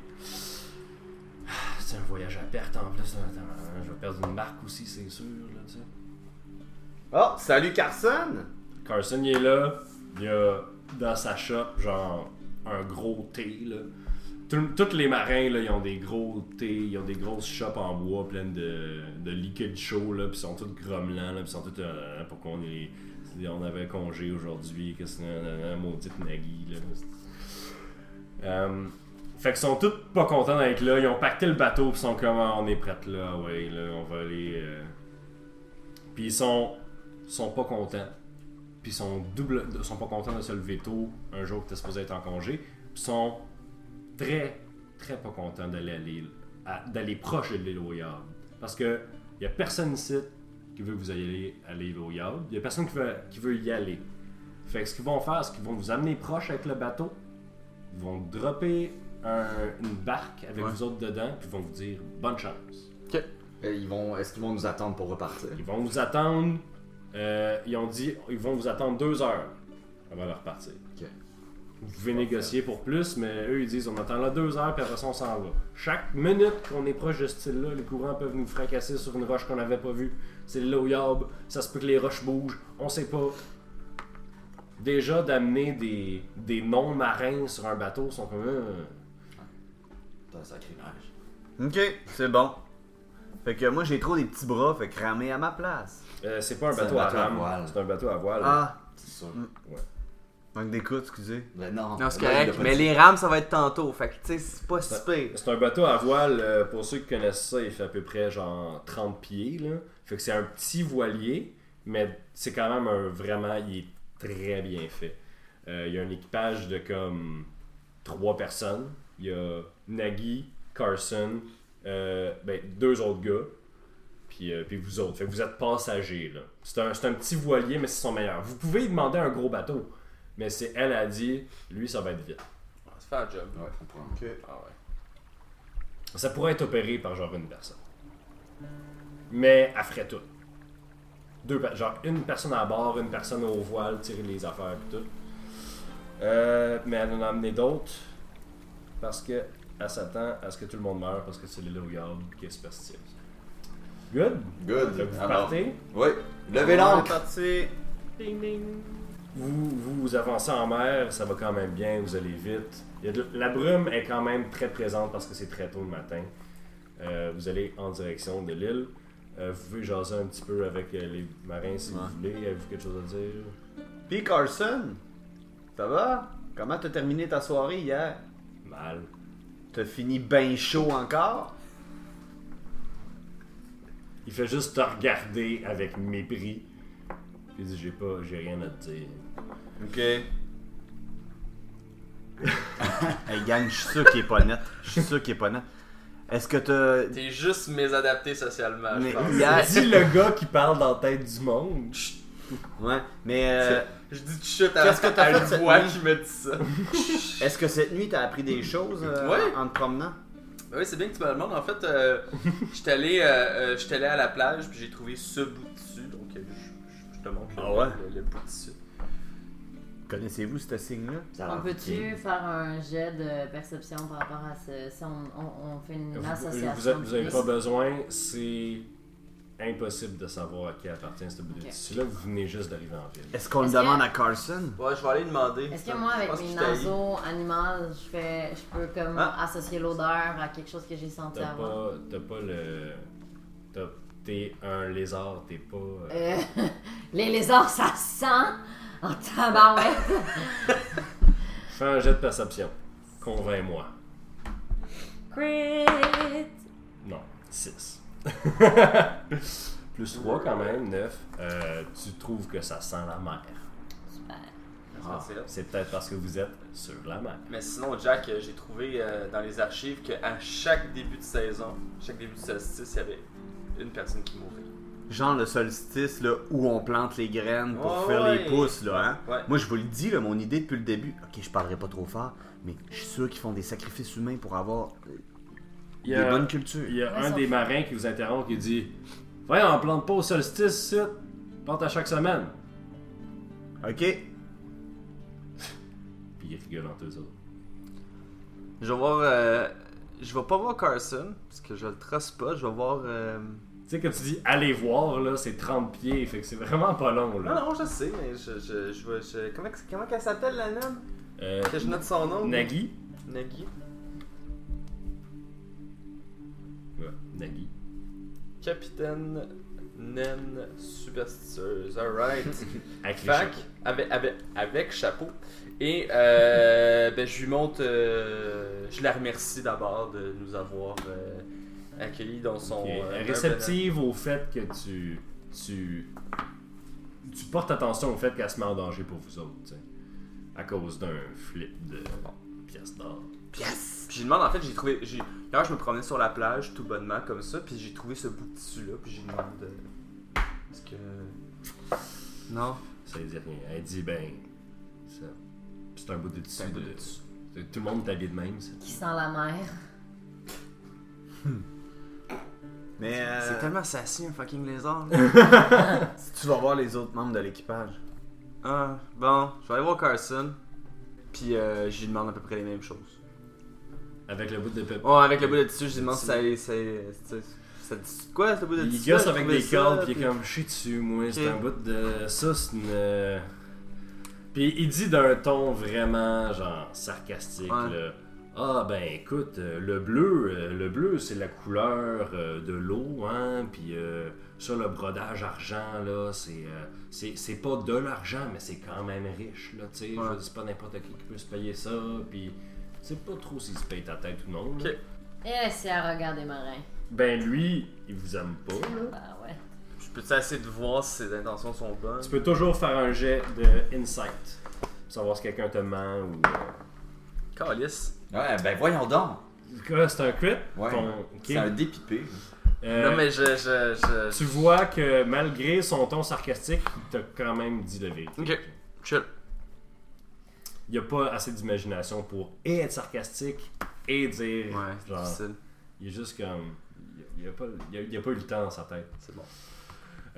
E: Ah, C'est un voyage à perte en plus. là. Attends, hein, Je vais perdre une marque aussi, c'est sûr. Là, tu sais.
B: Oh, salut Carson!
E: Carson il est là, il y a dans sa shop genre un gros thé là. Tout- Tous les marins là, ils ont des gros thés, ils ont des grosses shops en bois pleines de, de liquide chaud là, puis ils sont tous grommelants là, puis ils sont tous euh, pourquoi on est on avait congé aujourd'hui, qu'est-ce que c'est, maudite Nagui là. Euh, fait qu'ils sont tous pas contents d'être là, ils ont pacté le bateau, puis ils sont comme Ah, on est prêts là, ouais là, on va aller. euh. Puis ils sont sont pas contents puis sont double de- sont pas contents de se lever tôt un jour que t'es supposé être en congé, puis sont très très pas contents d'aller à l'île, à- d'aller proche de l'île au Yard. parce que y a personne ici qui veut que vous ayez à l'île au Yard. y a personne qui veut qui veut y aller. Fait que ce qu'ils vont faire, c'est qu'ils vont vous amener proche avec le bateau, ils vont dropper un- une barque avec
C: Ouais.
E: vous autres dedans, puis ils vont vous dire bonne chance.
D: Euh, ils vont, est-ce qu'ils vont nous attendre pour repartir?
E: Ils vont vous attendre. euh, ils ont dit ils vont vous attendre deux heures avant de repartir.
D: Ok.
E: Vous pouvez négocier pour plus, mais eux ils disent on attend là deux heures puis après ça on s'en va. Chaque minute qu'on est proche de ce style-là, les courants peuvent nous fracasser sur une roche qu'on n'avait pas vue. C'est le yob, ça se peut que les roches bougent, on sait pas. Déjà d'amener des, des non-marins sur un bateau ils sont comme euh,
D: C'est un sacrilège.
B: Ok, c'est bon. Fait que moi j'ai trop des petits bras, fait que ramer à ma place.
E: euh, c'est pas un
D: C'est un
E: bateau,
D: bateau à
E: à rame,
D: voile.
E: c'est un bateau à voile.
B: Ah,
D: C'est sûr.
B: manque d'écoute, excusez.
D: Mais non.
F: Non, c'est
D: là, il l'a
F: correct.
D: pas
F: Mais
D: dit.
F: les rames, ça va être tantôt. Fait que, tu sais, c'est pas si
B: Bah.
F: pire.
E: C'est un bateau à voile, euh, pour ceux qui connaissent ça, il fait à peu près genre 30 pieds. Là. Fait que c'est un petit voilier, mais c'est quand même un vraiment, il est très bien fait. Euh, il y a un équipage de comme trois personnes. Il y a Nagui, Carson, euh, ben, deux autres gars, puis, euh, puis vous autres. Fait que vous êtes passagers. là. C'est un, c'est un petit voilier, mais c'est son meilleur. Vous pouvez lui demander un gros bateau, mais c'est elle a dit, lui, ça va être vite.
C: On va se faire un job.
D: Ouais, on prend.
C: Ah ouais.
E: Ça pourrait être opéré par genre une personne. Mais elle ferait tout. Deux, per- genre une personne à bord, une personne au voile, tirer les affaires et tout. Euh, mais elle en a amené d'autres parce que elle s'attend à ce que tout le monde meure parce que c'est le Yard qui est superstitieuse. Good.
D: Good.
E: Donc vous
D: Euh, Alors,
E: partez,
D: Oui. Levez
B: On est
D: l'ancre.
B: parti.
E: vous, vous vous avancez en mer, ça va quand même bien, vous allez vite. Il y a de- la brume est quand même très présente parce que c'est très tôt le matin. Euh, vous allez en direction de l'île. Euh, vous pouvez jaser un petit peu avec euh, les marins si
B: Ouais.
E: vous voulez. Avez-vous quelque chose à dire?
B: Pis Carson, ça va? Comment t'as terminé ta soirée hier?
E: Mal.
B: T'as fini ben chaud encore?
E: Il fait juste te regarder avec mépris. Il dit j'ai pas, j'ai rien à te dire.
B: Ok. hey gang, je suis sûr qu'il est pas net. Je suis sûr qu'il est pas net. Est-ce que t'as.
C: T'es juste mésadapté socialement,
B: Mais
C: Ah, je pense.
B: hier.
E: Dit le gars qui parle dans la tête du monde.
B: Ouais, mais. euh,
C: Je dis tu chutes à,
B: Qu'est-ce que t'as
C: à
B: fait
C: une
B: cette
C: voix
B: nuit?
C: qui me dit ça.
B: Est-ce que cette nuit t'as appris des choses euh,
C: Ouais.
B: en te promenant?
C: Ben oui, c'est bien que tu me le demandes. En fait, euh, j'étais allé, euh, euh, j'étais allé à la plage, puis j'ai trouvé ce bout de tissu. Donc, euh, je, je- je te montre le,
B: Ah ouais?
C: le- le bout de tissu.
B: Connaissez-vous ce signe-là?
D: Ça a
A: On
D: l'air compliqué.
A: peut-tu faire un jet de perception par rapport à ce. Si on, on- on fait une
E: Vous,
A: association.
E: vous, êtes- vous avez
A: de
E: pas
A: plus?
E: besoin, c'est impossible de savoir à qui appartient ce bout de
A: Ok.
E: tissu-là. Vous venez juste d'arriver en ville.
B: Est-ce qu'on le
A: Est-ce
B: demande
A: que-
B: à Carson?
C: Ouais, je vais aller demander.
A: Est-ce que moi,
C: Je
A: avec
C: pense
A: mes
C: je t'ai-
A: naseaux animales, je, fais, je peux comme
B: Ah.
A: associer l'odeur à quelque chose que j'ai senti
E: T'as
A: avant?
E: pas, t'as pas le. t'as- T'es un lézard, t'es pas. euh,
A: Euh, les lézards, ça sent en tabarouette.
E: Fais un jet de perception. Convainc-moi.
A: Crit!
E: Non, 6. Euh, Plus 3 quand même, 9. tu trouves que ça sent la mer.
A: Super.
C: Ah, c'est hot.
E: C'est peut-être parce que vous êtes sur la mer.
C: Mais sinon, Jack, euh, j'ai trouvé euh, dans les archives qu'à chaque début de saison, chaque début de solstice, il y avait une personne qui mourait.
B: Genre le solstice là, où on plante les graines pour
C: Ouais,
B: faire
C: ouais.
B: les pousses. Là, hein?
C: Ouais.
B: Moi, je vous le dis, là, mon idée depuis le début. Ok, je parlerai pas trop fort, mais je suis sûr qu'ils font des sacrifices humains pour avoir euh,
E: Il y
B: des
E: a,
B: bonnes cultures.
E: il y a
A: Ouais, ça
E: un des
A: fait.
E: marins qui vous interrompt qui dit Voyons, on plante pas au solstice, c'est plante à chaque semaine.
B: Ok,
E: Puis ils rigolent entre eux autres.
F: Je vais voir. euh, je vais pas voir Carson, parce que je le trace pas. Je vais voir. euh,
E: Tu sais, quand tu dis allez voir, là, c'est 30 pieds, fait que c'est vraiment pas long,
C: Non,
B: Ah.
E: là.
C: non, je sais, mais je. je, je, vois- je- comment comment qu'elle s'appelle la nonne
E: Euh,
C: Que je note son nom
E: Nagui.
C: Nagui.
E: Ouais, Nagui.
C: Capitaine Naine Superstitieuse. Alright.
E: Avec les
C: Fac,
E: chapeaux.
C: avec, avec, avec chapeau. Et euh, ben, je lui montre, euh, je la remercie d'abord de nous avoir euh, accueillis dans son.
E: Qui est
C: euh,
E: réceptive au fait que tu, tu. Tu portes attention au fait qu'elle se met en danger pour vous autres, tu sais. À cause d'un flip de pièce d'or.
F: Yes!
C: Puis je lui demande, en fait, j'ai trouvé. j'ai- Hier, je me promenais sur la plage tout bonnement, comme ça, puis j'ai trouvé ce bout de tissu-là, puis j'ai demandé. euh, Est-ce que.
F: Non.
E: Ça lui dit rien. Elle dit, ben. ça- C'est un bout de tissu.
C: un bout
E: de-
C: de tissu.
E: c'est- Tout le monde est habillé de même, ça.
A: Qui sent la mer.
B: mais euh,
F: C'est tellement sassy un fucking lézard. là.
B: si tu vas voir les autres membres de l'équipage.
F: ah, bon, je vais aller voir Carson. Puis euh, je lui demande à peu près les mêmes choses.
E: Avec le bout de pep.
F: Bon, avec le bout de tissu, je lui demande si ça. ça, ça, ça dit quoi, ce bout de tissu?
E: il gosse
F: J'ai
E: avec
F: trouvé
E: des
F: ça,
E: cordes, puis il
F: puis-
E: est comme, je suis dessus, moi, c'est
F: Ok.
E: un bout de. Ça, c'est une. euh, Puis il dit d'un ton vraiment, genre, sarcastique,
F: Ouais.
E: là. Ah, ben écoute, euh, le bleu, euh, le bleu, c'est la couleur euh, de l'eau, hein, puis euh, ça, le brodage argent, là, c'est. euh, c'est c'est pas de l'argent, mais c'est quand même riche, là, tu sais. Je veux dire, C'est pas n'importe qui qui peut se payer ça, puis. Tu sais pas trop s'il se paye ta tête ou non. là.
C: Ok.
A: Et si elle regarde les marins.
E: Ben lui, il vous aime pas, là.
A: Bah ouais.
C: Je peux-tu essayer de voir si ses intentions sont bonnes
E: Tu peux toujours faire un jet de insight. Pour savoir si quelqu'un te ment ou. euh,
C: Calice.
D: Ouais, ben voyons donc.
E: Quoi, c'est un crit
D: Ouais.
E: Ton- ok.
D: C'est un dépipé.
E: Euh,
C: Non, mais je. je, je,
E: Tu vois que malgré son ton sarcastique, il t'a quand même dit la vérité.
F: Ok. Chill.
E: Il n'y a pas assez d'imagination pour et être sarcastique et dire.
F: Ouais, c'est
E: genre,
F: difficile.
E: il est juste comme. Il n'y a, pas- il y a- il y a pas eu le temps dans sa tête.
C: C'est bon.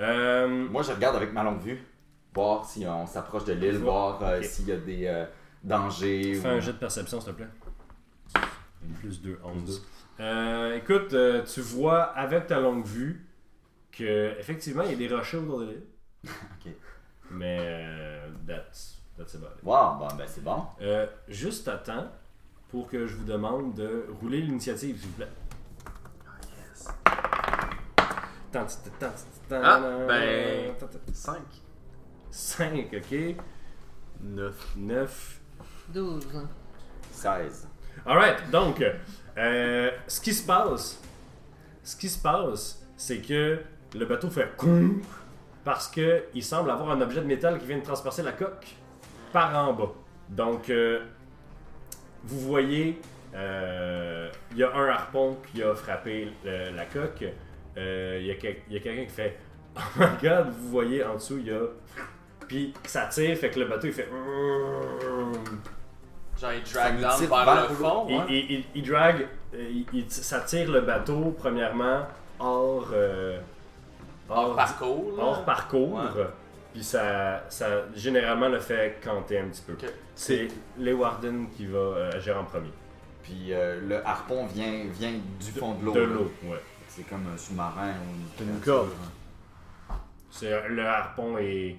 E: Euh,
D: Moi, je regarde avec ma longue vue. Voir si on s'approche de l'île, voir euh,
E: Ok.
D: s'il y a des euh, dangers.
E: Fais un jet de perception, s'il te plaît. Plus 2, 11. Euh, écoute, euh, tu vois avec ta longue vue que effectivement il y a des rochers autour de l'île.
D: Ok.
E: Mais euh, that's, that's about it.
D: Wow, bon, ben c'est bon.
E: Euh, juste à temps pour que je vous demande de rouler l'initiative, s'il vous plaît.
C: Ah,
E: Tant, tant, tant, tant,
C: Ah,
E: tant,
C: ben-
E: tant, tant.
C: 5.
E: 5, ok.
B: 9.
E: 9,
A: 12.
D: 16.
E: Alright, donc, euh, ce qui se passe, ce qui se passe, c'est que le bateau fait coum parce que il semble avoir un objet de métal qui vient de transpercer la coque par en bas. Donc, euh, vous voyez, euh, il y a un harpon qui a frappé le- la coque. Euh, Il y a, quel- il y a quelqu'un qui fait Oh my god, vous voyez en dessous, il y a. Puis ça tire, fait que le bateau il fait.
C: Genre, il drag
D: nous
C: down
D: tire
C: vers
D: vers
C: le
D: le
C: fond.
E: Il,
C: hein?
E: il- il- il drague, euh, il- il- ça tire le bateau, premièrement, hors, euh,
C: Hors parcours. là.
E: hors parcours.
C: Ouais.
E: Puis ça, ça, généralement, le fait canter un petit peu.
C: Ok.
E: C'est les Warden qui va euh, agir en premier.
D: Puis euh, le harpon vient, vient du fond de l'eau.
E: De
D: là.
E: l'eau, ouais.
D: C'est comme un sous-marin ou hein.
B: Une corde.
E: C'est- Le harpon est,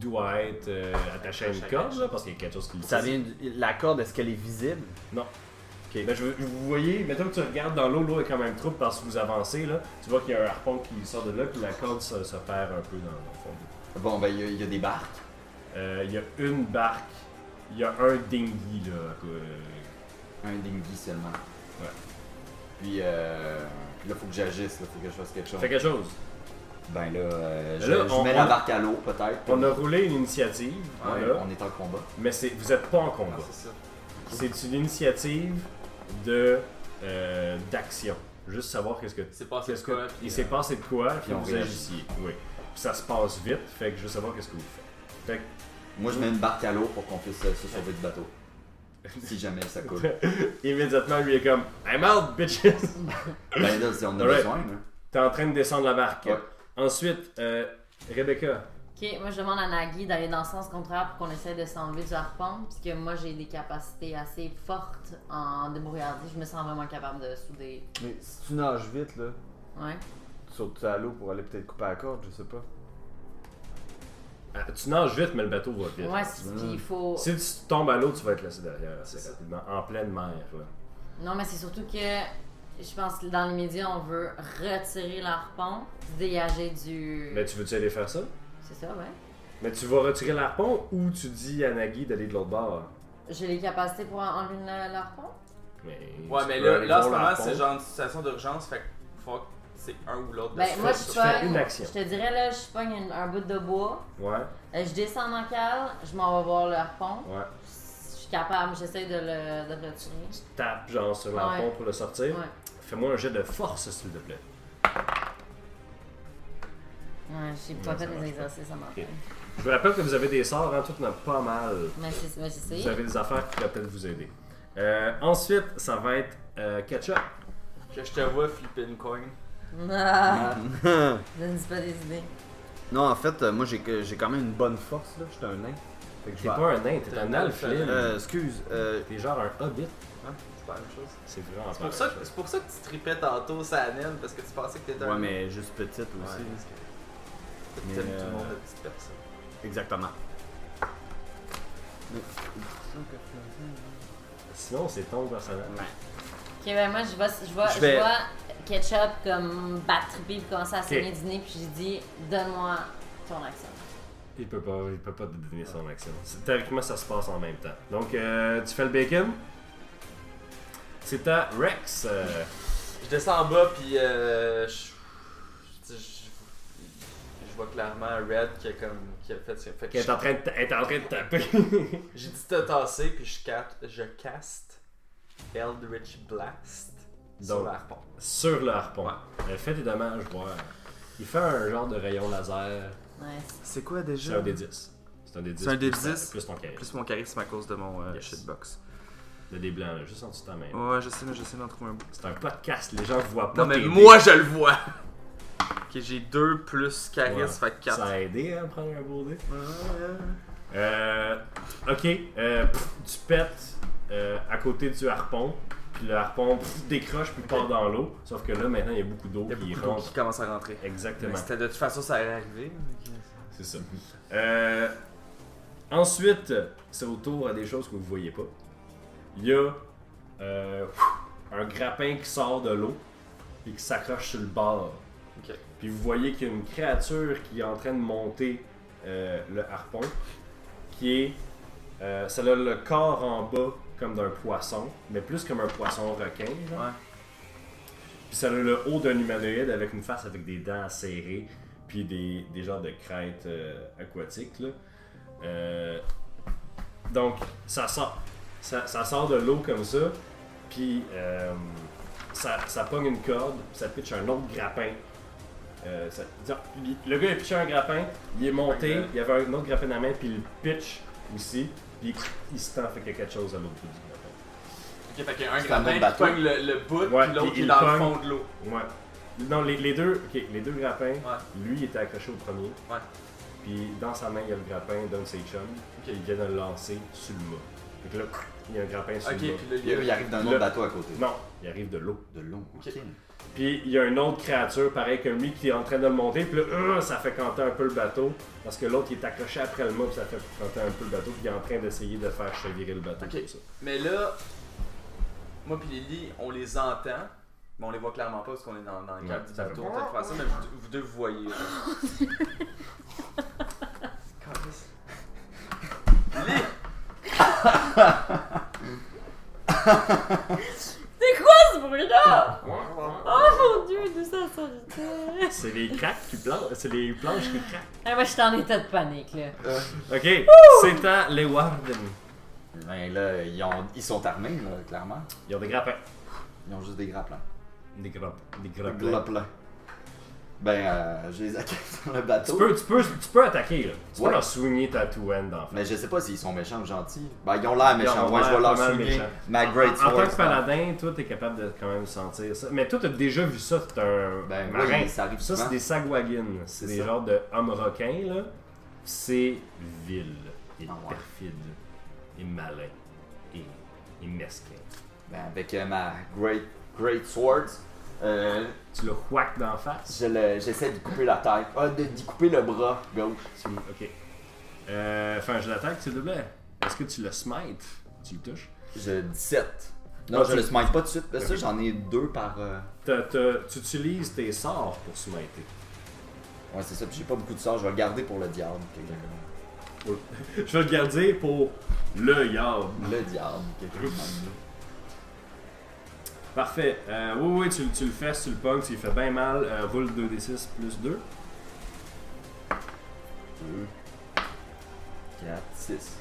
E: doit être euh, attaché à une
C: Attaché à
E: corde, là, parce qu'il y a quelque chose qui le
B: Ça
E: tient.
B: vient du- La corde, est-ce qu'elle est visible
E: Ben, je veux- vous voyez, mettons que tu regardes dans l'eau, l'eau est quand même trouble parce que vous avancez, là. Tu vois qu'il y a un harpon qui sort de là, puis la corde se, se perd un peu dans le fond de l'eau.
D: Bon, ben il y a- il y, a des barques.
E: Euh, Il y a une barque, il y a un dinghy là. euh,
D: Un dinghy seulement.
E: Ouais.
D: Puis euh, là, faut que j'agisse, là, faut que je fasse quelque chose.
E: Fais quelque chose.
D: Ben là, euh, je,
E: Là,
D: je
E: on-
D: mets
E: on-
D: la barque à l'eau peut-être.
E: On a roulé une initiative,
D: Ouais,
E: voilà,
D: Ah on est en combat.
E: mais c'est- vous n'êtes pas en combat.
C: Non, c'est ça.
E: C'est une initiative de euh, d'action. Juste savoir qu'est-ce que
C: C'est passé
E: qu'est-ce
C: de
E: que
C: quoi,
E: il
C: puis,
E: s'est
C: euh,
E: passé de quoi, puis
D: on
E: vous
D: réagit.
E: agissiez. Oui. Puis ça se passe vite, fait que je veux savoir qu'est-ce que vous faites.
D: Moi, je mets une barque à l'eau pour qu'on puisse euh, se sauver du bateau. si jamais ça coule.
E: Immédiatement, lui est comme I'm out, bitches.
D: ben là, si on a
E: Alright.
D: besoin. hein.
E: T'es en train de descendre la barque.
D: Ouais.
E: Ensuite, euh, Rebecca.
A: Ok, moi je demande à Nagui d'aller dans le sens contraire pour qu'on essaie de s'enlever du harpon, puisque moi j'ai des capacités assez fortes en débrouillardise. Je me sens vraiment capable de souder.
B: Mais si tu nages vite, là,
A: Ouais.
B: tu sautes à l'eau pour aller peut-être couper la corde, je sais pas.
E: Ah, Tu nages vite, mais le bateau va vite.
A: Moi, c'est- puis il faut.
E: Si tu tombes à l'eau, tu vas être laissé derrière assez rapidement, en pleine mer. Là.
A: Non, mais c'est surtout que je pense que dans les médias, on veut retirer l'harpon, se dégager du.
E: Mais tu veux-tu aller faire ça?
A: C'est ça, ouais.
E: Mais tu vas retirer l'arpon ou tu dis à Nagui d'aller de l'autre bord?
A: J'ai les capacités pour enlever le- l'harpon.
E: Mais
C: Ouais,
E: tu
C: mais
E: peux
C: là,
E: aller
C: là en ce
E: voir
C: moment,
E: l'arpon.
C: c'est genre une situation d'urgence, fait que fuck, c'est un ou l'autre. de
A: Ben,
C: ce
A: moi,
C: fait,
A: je
E: tu
C: ça.
E: fais
A: pogne-
E: une action.
A: Je te dirais, là, je pogne une- un bout de bois,
E: Ouais,
A: euh, je descends en cale, je m'en vais voir le harpon.
E: ouais.
A: Je suis capable, j'essaie de le, de le retirer.
E: Tu tapes genre sur l'arpon
A: Ouais.
E: pour le sortir.
A: Ouais.
E: Fais-moi un jet de force, s'il te plaît.
A: Ouais, j'ai pas
E: Ouais, ça
A: fait
E: marche
A: les exercices, ça marche.
E: Ok. Je vous rappelle que vous avez des sorts, hein, tout n'a pas mal.
A: Mais c'est mais c'est
E: Vous avez des affaires qui pourraient peut-être vous aider. Euh, ensuite, ça va être euh, Ketchup.
C: Que je te vois flipper une coin.
A: Ah, donne pas des idées.
B: non, en fait, euh, moi j'ai que- j'ai quand même une bonne force, là. J'étais un nain. Fait que je
E: T'es
B: vais-
E: pas un nain, t'es
C: T'es
E: un
C: un
E: alflim.
B: Euh, excuse, euh,
E: T'es genre un hobbit.
C: Hein? C'est pas la même chose.
E: C'est vraiment
C: C'est
E: pas
C: pour, ça
E: la
C: que-
E: chose.
C: c'est pour ça que tu tripais tantôt ça naine parce que tu pensais que t'étais
B: ouais,
C: un.
B: mais juste petite aussi.
C: Ouais, parce que
B: Mais,
C: T'aimes tout
B: euh,
C: le monde de petites personnes.
B: Exactement.
E: Sinon, c'est ton personnage.
A: Ok, ben moi, je vois, je vois,
B: Je
A: je
B: vais-
A: vois Ketchup comme battre triper puis commencer à saigner
E: Ok.
A: du nez, puis j'ai dit donne-moi ton accent.
E: Il peut pas, il peut pas te donner son action. C'est- Théoriquement, ça se passe en même temps. Donc, euh, tu fais le bacon. C'est à Rex. euh,
C: Je descends en bas, puis euh, je, je, je- je vois clairement Red qui a, comme, qui a fait. fait
E: qui
C: que
E: est
C: je-
E: en train de, ta- est en train de taper.
C: J'ai dit de tasser, puis je, cat- je caste Eldritch Blast sur
E: Donc.
C: l'arpon.
E: sur le harpon.
C: Ouais.
E: Elle fait des dommages, voir. Il fait un genre de rayon laser.
A: Nice.
F: C'est quoi
E: C'est
F: déjà
E: un des 10. C'est un des 10.
F: C'est un des
E: plus ta-
F: 10?
E: Plus ton carré.
F: Plus mon charisme à cause de mon euh,
E: Yes.
F: shitbox.
E: Le dé blanc, là, juste en dessous de ta main.
F: Ouais, je sais, mais j'essaie d'en trouver un bout.
E: C'est un podcast, les gens voient pas.
F: Oh. Non, mais
E: Ah, tes dés.
F: moi, je le vois! Ok, j'ai 2 plus charisme,
E: Ouais.
F: fait 4.
E: Ça a aidé hein, à prendre un beau dé. Euh, ok, euh, pff, tu pètes euh, à côté du harpon, puis le harpon pff, décroche puis part dans l'eau. Sauf que là, maintenant, il y a beaucoup d'eau
F: Il y a
E: qui
F: beaucoup d'eau qui
E: rentre.
F: commence à rentrer.
E: Exactement,
F: Mais C'était de toute façon, ça allait arriver.
E: c'est ça. Euh, ensuite, c'est autour à des choses que vous voyez pas. Il y a euh, un grappin qui sort de l'eau et qui s'accroche sur le bord.
C: Ok.
E: Puis vous voyez qu'il y a une créature qui est en train de monter euh, le harpon, qui est. euh, ça a le corps en bas comme d'un poisson, mais plus comme un poisson requin. genre.
F: Ouais.
E: Puis ça a le haut d'un humanoïde avec une face avec des dents serrées, puis des, des genres de crêtes euh, aquatiques. là. Euh, donc, ça sort. Ça, ça sort de l'eau comme ça, puis euh, ça, ça pogne une corde, puis ça pitche un autre grappin euh, ça- disons, il- le gars il a pitché un grappin, il est monté, il y avait un autre grappin à la main, puis il le pitch aussi, puis il se tend, fait qu'il y a quelque chose à l'autre bout du
C: Ok, fait qu'il y a un
D: C'est un autre
C: grappin qui
D: bateau.
C: pogne le, le bout,
E: Ouais,
C: puis l'autre
E: puis
C: qui est
E: il
C: dans le
E: pogne.
C: fond de l'eau.
E: grappin. Ouais. Non, les, les deux, ok, les deux grappins,
C: Ouais.
E: lui il était accroché au premier,
C: Ouais.
E: puis dans sa main il y a le grappin d'un de ses chums,
C: Ok.
E: il vient de le lancer sur le mât. Fait que là, il y a un grappin sur
C: Ok,
E: le mât.
C: puis là, il
D: Il,
C: y a-
D: il arrive d'un
E: Le-
D: autre bateau à côté.
E: Non, il arrive de l'eau.
D: De l'eau.
C: Ok.
D: ok.
E: Puis il y a une autre créature, pareil comme lui, qui est en train de le monter. Puis là, euh, ça fait canter un peu le bateau. Parce que l'autre, il est accroché après le mât, puis ça fait canter un peu le bateau. Puis il est en train d'essayer de faire chavirer le bateau.
C: Ok.
E: comme ça.
C: Mais là, moi puis Lily, on les entend, mais on les voit clairement pas parce qu'on est dans, dans le cadre
E: Ouais,
C: du
E: ça
C: bateau.
E: fait-
C: On peut faire ça, mais vous, vous deux vous voyez. là. Calisse. Lily!
A: C'est quoi ce bruit-là? Oh Mon dieu, d'où ça sortait?
E: C'est les cracks qui planchent. C'est les planches qui craquent.
A: Ah, moi, je suis en état de panique, là.
E: Ok, c'est à les Warden.
D: Ben là, ils, ont- ils sont armés, là, clairement.
E: Ils ont des grappins.
D: Ils ont juste des grappins.
E: Des grappins. Des
D: Des
E: grappins.
D: grappins. Ben, euh, je les accueille sur le bateau.
E: Tu peux, tu, peux, tu peux attaquer, là. Tu
D: Ouais.
E: peux leur swinguer ta two hand en fait.
D: Mais je sais pas s'ils sont méchants ou gentils. Ben, ils ont l'air méchants.
E: ont
D: Moi, je
E: l'air
D: vais leur
E: pas mal
D: souligner
E: méchants.
D: ma
E: En-
D: Great
E: en tant
D: Sword.
E: que paladin, toi, t'es capable de quand même sentir ça. Mais toi, t'as déjà vu ça, t'es un
D: Ben,
E: marin.
D: oui, ça arrive
E: ça, c'est
D: souvent.
E: des sagouagines. C'est
D: C'est
E: des
D: ça.
E: genres de hommes requins, là. C'est vil et
D: Ah ouais.
E: perfide et malin et, et mesquin.
D: Ben, avec euh, ma Great, great Swords, euh,
E: Tu le whack d'en face.
D: je le- j'essaie de couper la tête. Ah, de, d'y couper le bras gauche.
E: Tu- ok. Euh, Enfin, je l'attaque, s'il te plaît. Est-ce que tu le smites Tu le touches
D: Je 17. Non,
E: Ah,
D: je
E: tu-
D: le smite pas tout de suite. parce que Ça, j'en ai deux par. euh,
E: T'as- t'as- Tu utilises tes sorts pour smiter.
D: Ouais, c'est ça. Puis j'ai pas beaucoup de sorts. Je vais le garder pour le diable. quelque chose.
E: Je vais le garder pour le yard.
D: Le diable. quelque chose comme
E: Parfait. Euh, oui, oui, tu, le- tu le fais, tu le punks, il fait bien mal. Euh, roule 2d6 plus 2.
D: ça. Deux. Quatre. Six.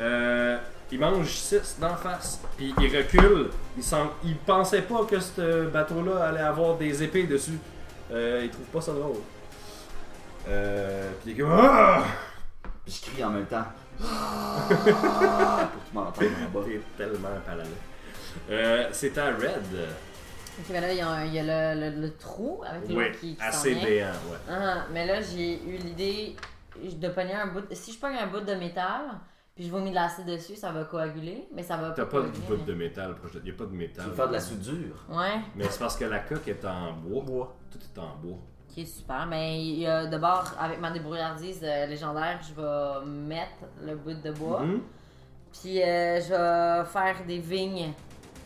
E: Euh, il mange 6 d'en face, puis il recule. Il, s'en- il pensait pas que ce bateau-là allait avoir des épées dessus. Euh, il trouve pas ça drôle. Euh, puis il est comme. Ah!
D: Puis je crie en même temps. Ah, pour que tu m'entendes en bas.
E: T'es tellement paladin. Euh, C'est à Red.
A: Ok, mais là, il y a, un- il y a le, le- le trou avec l'eau
E: Oui,
A: qui, qui s'en
E: assez
A: vient.
E: béant, ouais.
A: Ah, mais là, j'ai eu l'idée de pogner un bout. de- Si je pogne un bout de métal, puis je vomis de l'acide dessus, ça va coaguler, mais ça va
E: T'as pas de
A: coaguler,
E: bout de
A: mais-
E: métal, proche de- y a pas de
D: Tu
E: métal.
D: veux faire de la soudure.
A: Ouais,
E: Mais c'est parce que la coque est en bois.
F: Bois.
E: Tout est en bois.
A: qui est super. Mais il y a- d'abord, avec ma débrouillardise euh, légendaire, je vais mettre le bout de bois.
E: Mhm.
A: Puis euh, je vais faire des vignes.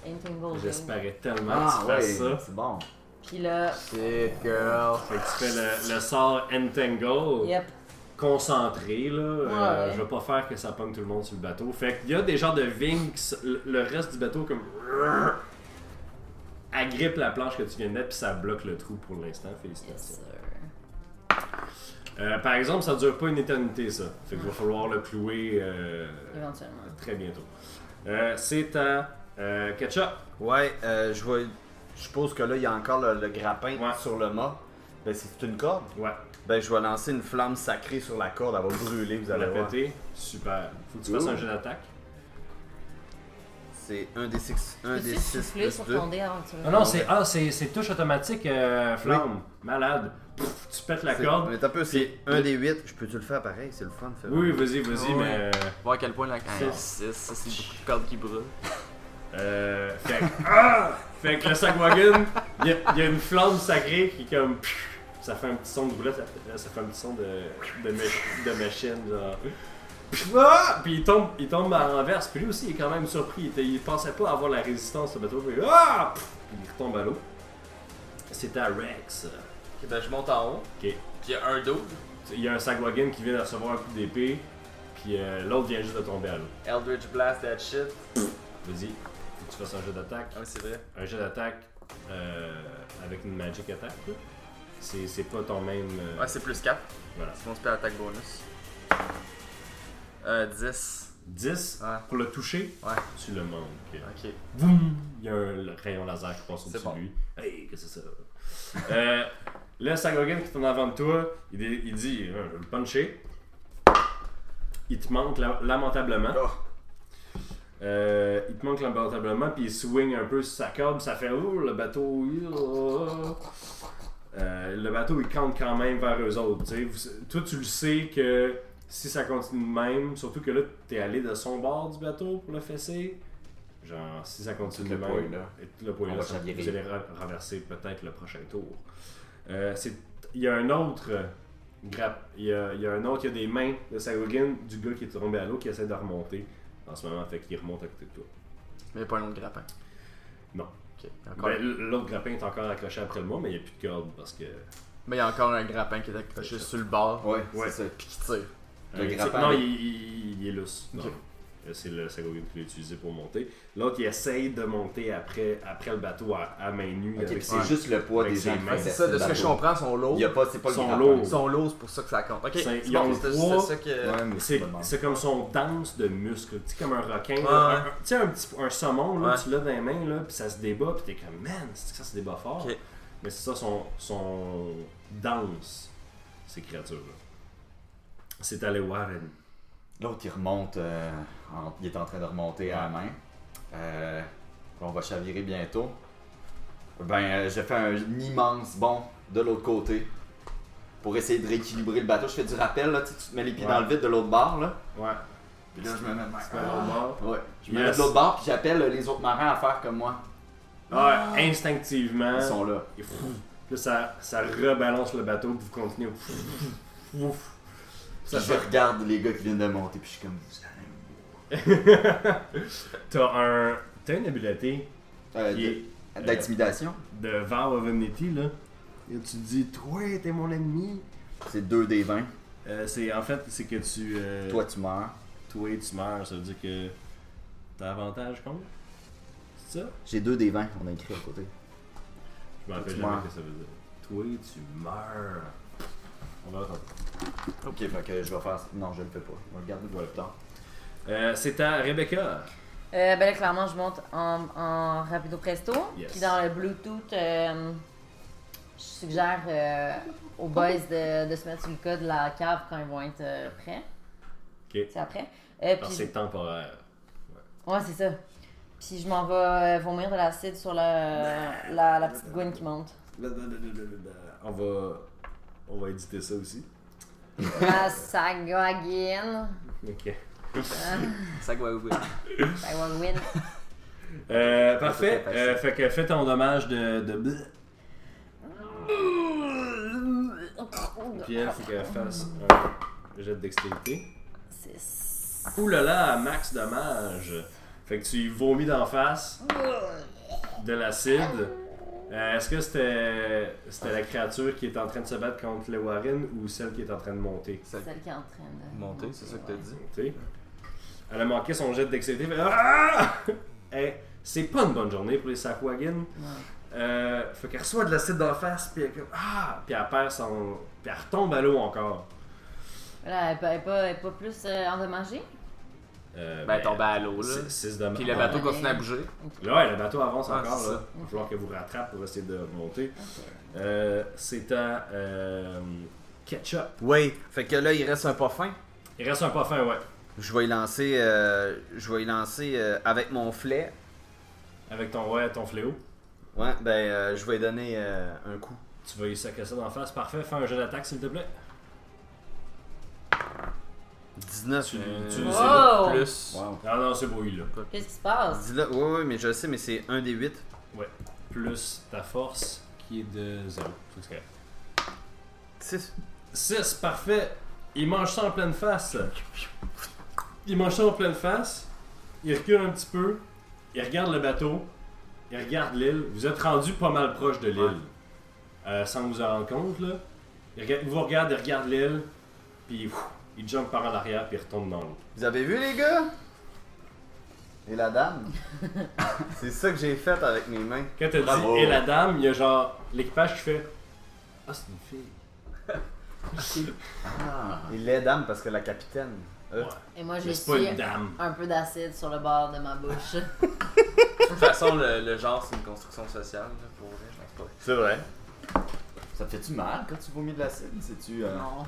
A: Entangled vignes.
E: J'espérais tellement que
D: Ah,
E: tu
D: ouais.
E: fasses ça.
D: C'est bon.
A: Puis là,
F: Shit, girl.
E: Fait que tu fais le, le sort Entangle,
A: yep.
E: concentré, là. Euh,
A: Ouais.
E: je vais pas faire que ça pogne tout le monde sur le bateau. Fait qu'il y a des genres de vignes, qui se- le le reste du bateau, comme. agrippe la planche que tu viens de mettre, puis ça bloque le trou pour l'instant.
A: Yes,
E: Félicitations.
A: sir.
E: Euh, par exemple, ça dure pas une éternité, ça. Fait qu'il va falloir le clouer euh,
A: Éventuellement.
E: très bientôt. Euh, C'est à euh, Ketchup.
B: Ouais, euh, je vois. Je suppose que là, il y a encore le, le grappin
E: Ouais.
B: sur le mât. Ben, c'est une corde.
E: Ouais,
B: Ben, je vais lancer une flamme sacrée sur la corde. Elle va brûler, vous
E: vous
B: allez
E: l'avez
B: voir.
E: pété. Super. Faut que tu fasses
D: Ouh.
E: un jeu d'attaque.
B: C'est 1 des 6 1
A: Peux-tu
B: des 6
A: souffler
B: plus
A: sur
B: 2.
A: ton dé avant que tu le
E: Non, non, c'est ah, c'est c'est touche automatique, euh, flamme. Malade. Pff, tu pètes la corde.
B: Mais un peu, c'est 1 des 8. Je peux-tu le faire pareil? C'est le fun. Fait.
E: Oui, vas-y, vas-y,
F: Ouais.
E: mais.
F: Voir à quel point la
D: non.
F: 6, ça c'est beaucoup de cordes qui brûlent.
E: Euh, fait, que- ah! fait que le Sagwagon, il y, a- il y a une flamme sacrée qui, comme. pff, Ça fait un petit son de roulette, ça, ça fait un petit son de, de, mach- de machine, genre. Pff, ah! Puis il tombe, il tombe à l'envers. Puis lui aussi, il est quand même surpris. Il, était- il pensait pas avoir la résistance, ce bateau. Puis, ah! Pff, puis il retombe à l'eau. C'était à Rex.
C: Ok, ben je monte en haut.
E: Ok.
C: Puis il y a un dos,
E: Il y a un Sagwagon qui vient de recevoir un coup d'épée, puis euh, l'autre vient juste de tomber à l'eau.
C: Eldritch Blast that shit.
E: Vas-y, faut que tu fasses un jeu d'attaque.
C: Ah oui, c'est vrai.
E: Un jeu d'attaque euh, avec une magic attack, là. C'est, c'est pas ton même. euh,
F: Ouais, c'est plus 4.
E: voilà.
F: C'est mon spell attaque bonus. Euh, 10.
E: 10
F: Ouais.
E: pour le toucher,
F: Ouais.
E: tu le manques.
F: Ok.
E: Boum! Il y a un le rayon laser qui passe
F: C'est
E: au-dessus
F: bon.
E: de lui. Hey, qu'est-ce que c'est ça? euh, là, Sagogan qui est en avant de toi, il, dit- il dit euh, Je vais le puncher. Il te manque la- lamentablement. Euh, il te manque lamentablement, puis il swing un peu sur sa corde, ça fait Ouh, le bateau. euh, euh, le bateau, il campe quand même vers eux autres. tu sais. Vous- toi, tu le sais que si ça continue de même, surtout que là, t'es allé de son bord du bateau pour le fesser. Genre, si ça continue de
D: Le
E: même,
D: point, là.
E: et tout le point
D: On
E: là,
D: va
E: ça-
D: chavirer.
E: vous allez ra- renverser peut-être le prochain tour. Euh, c'est- il y a un autre euh, grappe, il y a, il y a un autre, il y a des mains de Sagogan, du gars qui est tombé à l'eau, qui essaie de remonter en ce moment, fait qu'il remonte à côté de toi.
F: Mais pas un autre grappin.
E: Non.
F: Ok. Encore...
E: Ben, l- L'autre grappin est encore accroché après le moi, mais il n'y a plus de corde parce que.
F: Mais il y a encore un grappin qui est accroché sur le bord.
D: Ouais,
E: Ouais.
D: c'est ça.
F: Puis qui tire.
D: Le
E: Euh,
D: grappin,
E: Non,
D: là.
E: il, il- il est lousse. Non.
F: Ok.
E: euh, c'est le Sagogun qui l'a utilisé pour monter. L'autre, il essaye de monter après, après le bateau à, à main nue.
D: Ok,
E: avec
D: puis
E: ses-
D: c'est juste le poids
E: Fait
D: des
E: que c'est
D: gens qui
E: mince.
D: traversent
F: C'est ça,
D: le
F: de ce que je
D: bateau.
F: comprends, sont lourds.
D: Il y a pas, c'est pas le
E: Son
D: grand
E: lot.
F: Ils sont lourds, c'est pour ça que ça compte. Ok,
E: C'est-
F: c'est
E: ils
F: bon,
E: ont
F: c'était
E: trois.
F: c'était ça que.
D: Ouais, mais
E: C'est,
D: pas le même.
E: c'est comme son danse de muscles, tu sais, comme un requin. là.
F: Ouais.
E: Un- un- Tu sais, un petit un saumon, là,
F: Ouais.
E: tu l'as dans les mains, là, puis ça se débat, puis t'es comme, man, c'est que ça se débat fort.
F: Ok.
E: Mais c'est ça son, son danse, ces créatures-là. C'est allé Warren.
D: L'autre, il remonte. euh, en- il est en train de remonter à la main. Euh, on va chavirer bientôt. Ben, euh, je fais un immense bond de l'autre côté pour essayer de rééquilibrer le bateau. Je fais du rappel, là, tu sais, tu te mets les pieds
E: Ouais.
D: dans le vide de l'autre barre, là.
E: Ouais.
D: Puis là, je me mets de
E: C'est pas normal.
D: Ouais, je me mets
E: Yes.
D: de l'autre barre, puis j'appelle euh, les autres marins à faire comme moi.
E: Ouais, instinctivement.
D: Ils sont là.
E: Et pfff, là, ça, ça rebalance le bateau, puis vous continuez. pfff, pfff, pfff. Ça
D: Puis je
E: fait.
D: regarde les gars qui viennent de monter, puis je suis comme. Vous allez
E: T'as un. T'as une habileté
D: Euh,
E: qui est
D: de- D'intimidation,
E: de Vow of Enmity, là. Et tu dis, toi, t'es mon ennemi.
D: c'est 2 des 20.
E: Euh, c'est en fait, c'est que tu. euh,
D: Toi, tu meurs.
E: toi, tu meurs, ça veut dire que t'as avantage contre. C'est ça?
D: J'ai 2 des 20, on a écrit à côté.
E: Je me rappelle
D: tu
E: jamais
D: meurs.
E: que ça veut dire. Toi, tu meurs. On va attendre.
D: Ok, fait que je vais faire. Non, je le fais pas. On va le garder pour le plus tard.
E: Euh, c'est à Rebecca.
A: Euh, ben là, clairement, je monte en, en rapido presto.
E: Yes.
A: Puis dans le Bluetooth, euh, je suggère euh, aux boys de, de se mettre sur le cas de la cave quand ils vont être euh, prêts.
E: Ok.
A: C'est après. Euh,
E: Alors,
A: puis-
E: c'est temporaire.
A: ouais, c'est ça. Puis je m'en vais euh, vomir de l'acide sur la, la, la petite Gwen qui monte.
E: On va. On va éditer ça aussi.
A: La Sagagin.
E: Ok.
F: ça que va ouvrir.
A: Sagagin.
E: Euh, parfait.
D: Tout est
E: Euh, fait que fais ton dommage de. de bleu. Puis elle, faut qu'elle fasse un jet de dextérité.
A: C'est...
E: Ouh là là, max dommage. Fait que tu y vomis d'en face de l'acide. Euh, Est-ce que c'était c'était la créature qui est en train de se battre contre les Warren ou celle qui est en train de monter?
A: Celle qui est en train de
F: Monter, c'est ça que t'as
A: ouais.
F: dit.
E: Monter. Elle a manqué son jet de dextérité. fait Ah! Eh, c'est pas une bonne journée pour les Sakwagin.
A: Ouais.
E: Euh, fait qu'elle reçoit de l'acide d'en face, puis elle, est comme, ah! puis elle perd son. Puis elle retombe à l'eau encore.
A: Voilà, elle n'est pas, elle est pas- elle est pas plus euh, endommagée.
E: Euh,
F: Ben, tomber à l'eau, là.
E: c'est- c'est dommage.
F: Puis le bateau
A: Ouais.
F: continue à bouger.
E: Là, ouais, le bateau avance
F: Ah,
E: encore.
F: c'est
E: Là.
F: ça. Ah,
E: Il va falloir que vous rattrape pour essayer de remonter. Euh, c'est à euh, Ketchup.
B: Oui, fait que là, il reste un pas fin.
E: Il reste un pas fin, ouais.
B: Je vais y lancer, euh, je vais y lancer euh, avec mon flet.
E: Avec ton, ouais, ton fléau.
B: Ouais, ben, euh, je vais lui donner euh, un coup.
E: Tu vas lui sacrer ça d'en face. Parfait. Fais un jeu d'attaque, s'il te plaît.
B: 19.
E: Tu-
B: euh,
E: tu-
A: Oh!
F: Plus.
E: Non, non, c'est beau, il, là.
A: Qu'est-ce qui se passe?
B: Dis-le, ouais, ouais, mais je sais, mais c'est un des 8.
E: Plus ta force qui est de 0.
B: 6.
E: 6, parfait. Il mange ça en pleine face. Il mange ça en pleine face. Il recule un petit peu. Il regarde le bateau. Il regarde l'île. Vous êtes rendu pas mal proche de l'île. Euh, sans vous en rendre compte, là. Il, rega- il vous regarde, il regarde l'île. Puis ouf, il jump par en arrière, puis il retombe dans l'eau.
B: Vous avez vu, les gars? Et la dame? c'est ça que j'ai fait avec mes mains.
E: Quand t'as
D: Bravo.
E: dit et la dame, il y a genre l'équipage qui fait Ah, c'est une fille.
D: Ah.
B: Et les dames, parce que la capitaine. euh,
E: Ouais.
A: Et moi,
E: Mais
A: j'ai
E: c'est pas
A: essuyé
E: une dame.
A: un peu d'acide sur le bord de ma bouche.
F: De toute façon, le, le genre, c'est une construction sociale, là, pour vrai, je pense
B: C'est vrai.
D: Ça te fait-tu mal quand tu vomis de l'acide? Sais-tu. euh,
A: non.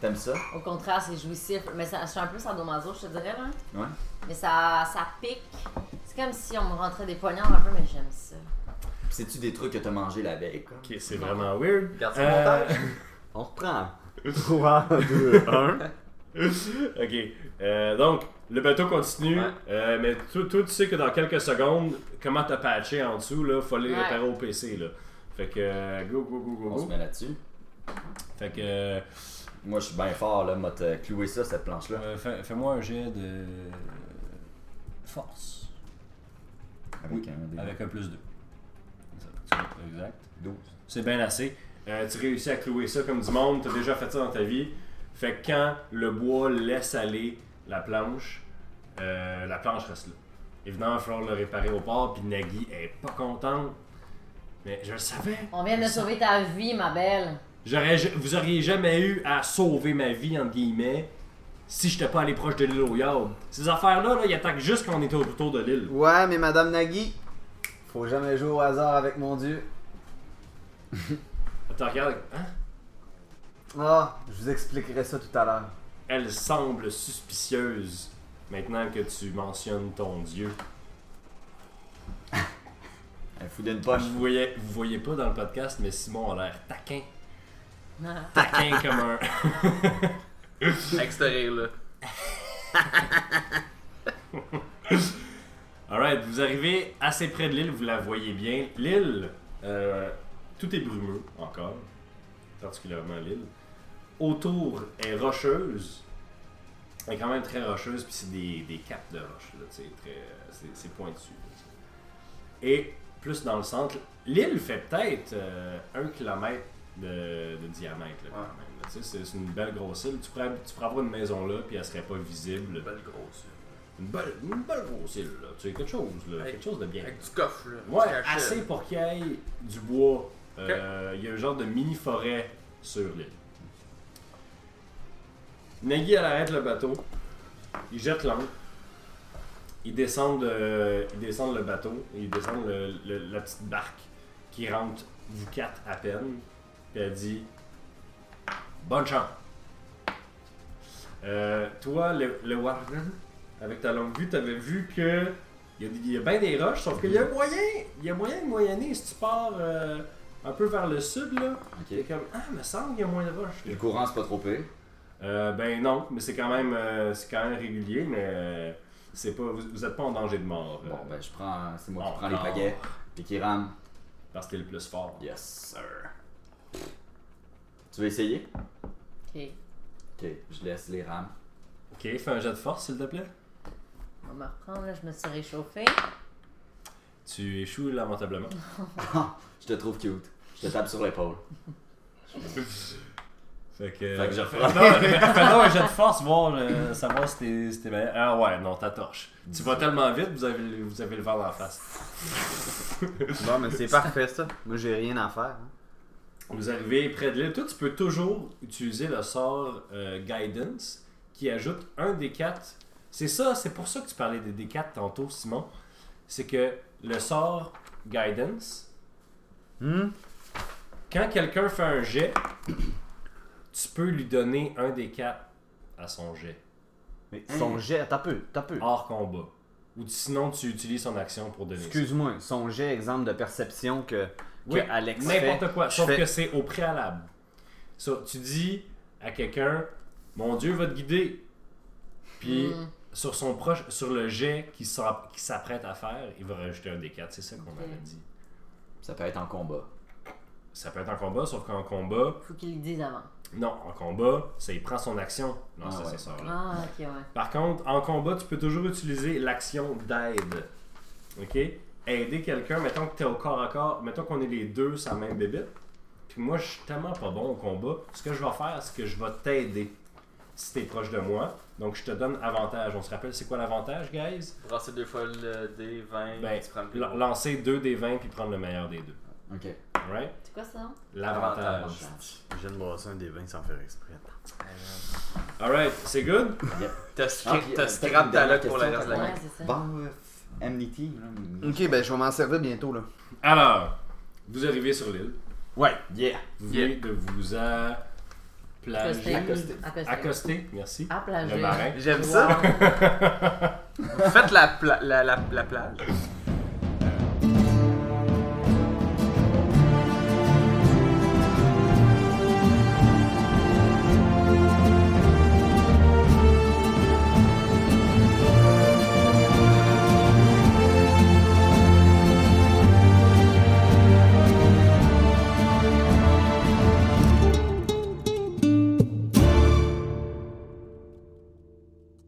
D: T'aimes ça?
A: Au contraire, c'est jouissif. Mais ça, je suis un peu sadomaso, je te dirais, là.
D: Ouais.
A: Mais ça, ça pique. C'est comme si on me rentrait des poignards un peu, mais j'aime ça.
D: Puis sais-tu des trucs que t'as mangé la veille, quoi?
E: Ok, c'est vraiment weird.
F: pas. Garde ça
E: Euh,
F: montage.
B: On reprend. 3, 2, 1.
E: Ok. Euh, donc, le bateau continue,
F: Ouais.
E: euh, mais toi, toi, tu sais que dans quelques secondes, comment t'as patché en dessous, là, faut aller
A: Ouais.
E: réparer au PC, là. Fait que, euh, go, go, go, go,
D: On se
E: go.
D: met là-dessus.
E: Fait que, euh,
D: Moi, je suis bien fort, là. M'a te cloué ça, cette planche-là.
E: euh, fais- fais-moi un jet de force
D: Avec
E: Oui.
D: un des
E: avec un plus 2. Exact.
D: 12.
E: C'est bien assez. Euh, tu réussis à clouer ça comme du monde, t'as déjà fait ça dans ta vie. Fait que quand le bois laisse aller la planche, euh, la planche reste là. Évidemment, il va falloir le réparer au port, puis Nagui est pas contente. Mais je le savais.
A: On vient de sauver ta vie, ma belle.
E: J'aurais, ja- vous auriez jamais eu à sauver ma vie, entre guillemets, si j'étais pas allé proche de l'île au Yard. Ces affaires-là, là, ils attaquent juste quand on était autour de l'île.
B: Ouais, mais Madame Nagui.
D: Faut jamais jouer au hasard avec mon dieu.
E: Attends, regarde, hein?
D: Ah, je vous expliquerai ça tout à l'heure.
E: Elle semble suspicieuse maintenant que tu mentionnes ton dieu.
D: Elle fout d'une poche.
E: Vous voyez, vous voyez pas dans le podcast, mais Simon a l'air taquin. Taquin comme un.
F: Avec ce rire-là.
E: Alright, vous arrivez assez près de l'île, vous la voyez bien. L'île, euh, tout est brumeux encore, particulièrement l'île. Autour est rocheuse, elle est quand même très rocheuse, puis c'est des, des caps de roche, là, tu sais, très, euh, c'est, c'est pointu. là, tu sais. Et plus dans le centre, l'île fait peut-être euh, un kilomètre de, de diamètre, là, quand
C: Ouais.
E: même, là, tu sais, c'est, c'est une belle grosse île. Tu pourrais, tu pourrais avoir une maison là, puis elle serait pas visible.
C: Belle grosse. là.
E: Une belle, une belle grosse île, là. Tu sais, quelque chose, là.
C: Hey.
E: Quelque chose de bien.
C: Avec du coffre, là.
E: Ouais,
C: du cachet.
E: assez pour qu'il y ait du bois. Euh, Il y a un genre de mini-forêt sur l'île. Nagui, elle arrête le bateau. Il jette l'encre. Ils descendent, euh, ils descendent le bateau. Ils descendent le- le- la petite barque qui rentre, vous quatre à peine. Puis elle dit Bonne chance. Euh, toi, le, le Warren, avec ta longue vue, t'avais vu que il y a, des- il y a bien des roches, sauf qu'il y a moyen, il y a moyen de moyenner si tu pars euh, un peu vers le sud là. T'es
D: Ok.
E: comme ah, me semble qu'il y a moins de roches.
D: Le courant, c'est pas trop pire.
E: Euh, ben non, mais c'est quand même euh, c'est quand même régulier, mais euh, c'est pas vous, vous êtes pas en danger de mort. euh,
D: Bon, ben, je prends. C'est moi qui
E: Oh,
D: prends les
E: non.
D: pagaies. Puis qui rame.
E: parce que t'es le plus fort.
D: Yes, sir. Tu veux essayer
A: Ok,
D: Ok, je laisse les rames.
E: Ok, fais un jet de force s'il te plaît.
A: on va me reprendre, là, je me suis réchauffée.
E: Tu échoues lamentablement.
D: Je te trouve cute. Je te tape sur l'épaule.
E: Fait que.
D: Fait que je
E: Fais-donc fais-donc un jet de force, voir euh, savoir si t'es si t'es meilleur. Ah ouais, non, ta torche. Tu vas tellement vite, vous avez, le- vous avez le vent en face.
B: Bon, mais c'est parfait ça. Moi, j'ai rien à faire. hein.
E: Vous arrivez près de l'île. Toi, tu peux toujours utiliser le sort euh, Guidance qui ajoute un des quatre. C'est ça, c'est pour ça que tu parlais des D4 tantôt, Simon. C'est que le sort Guidance,
B: Hmm?
E: quand quelqu'un fait un jet, tu peux lui donner un des quatre à son jet.
B: Mais son jet, t'as peu, t'as peu.
E: hors combat. Ou sinon, tu utilises son action pour donner.
B: Excuse-moi, son jet, exemple de perception que, que
E: Oui,
B: Alex fait.
E: N'importe quoi,
B: je
E: sauf
B: fais-
E: que c'est au préalable. So, tu dis à quelqu'un, mon Dieu va te guider. Puis
A: Hmm.
E: sur son proche, sur le jet qu'il s'en- qu'il s'apprête à faire, il va rajouter un des quatre. C'est ça qu'on
A: Ok.
E: avait dit.
D: Ça peut être en combat.
E: Ça peut être en combat, sauf qu'en combat,
A: Faut qu'il le dise avant.
E: non, en combat, ça il prend son action. Non,
D: Ah
E: ça,
D: ouais.
E: ça sort là.
A: Ah, ok, ouais.
E: Par contre, en combat, tu peux toujours utiliser l'action d'aide. OK? Aider quelqu'un, mettons que t'es au corps à corps, mettons qu'on est les deux sur la même bébête. Puis moi, je suis tellement pas bon au combat. Ce que je vais faire, c'est que je vais t'aider si t'es proche de moi. Donc, je te donne avantage. On se rappelle, c'est quoi l'avantage, guys?
C: Brasser deux fois le dé, 20,
E: Ben,
C: tu prends le
E: Lan- Lancer deux des 20 puis prendre le meilleur des deux.
D: Ok.
E: Right?
A: C'est quoi ça?
E: L'avantage.
B: Je viens de brasser un des vins sans faire exprès.
E: Alright, c'est good?
F: T'as
D: Ah,
F: scra-
D: puis,
F: t'as
D: euh,
F: scrap
D: peut-être
F: ta
D: une
F: luck
D: dernière
F: pour le
D: question,
F: reste de la
D: t'as
F: game.
A: Ouais, c'est ça.
D: Bon, euh, Amnity. là.
B: Ok, ben je vais m'en servir bientôt là.
E: Alors, vous arrivez sur l'île.
B: Ouais.
D: Yeah.
E: Vous
F: Yeah.
E: venez de vous à...
A: Accosté.
E: plager.
D: Accosté.
A: Accosté.
E: Accoster, merci.
A: À
E: Le
A: plager.
E: marin.
F: J'aime ça.
A: Wow.
F: Faites la, pla- la, la, la plage.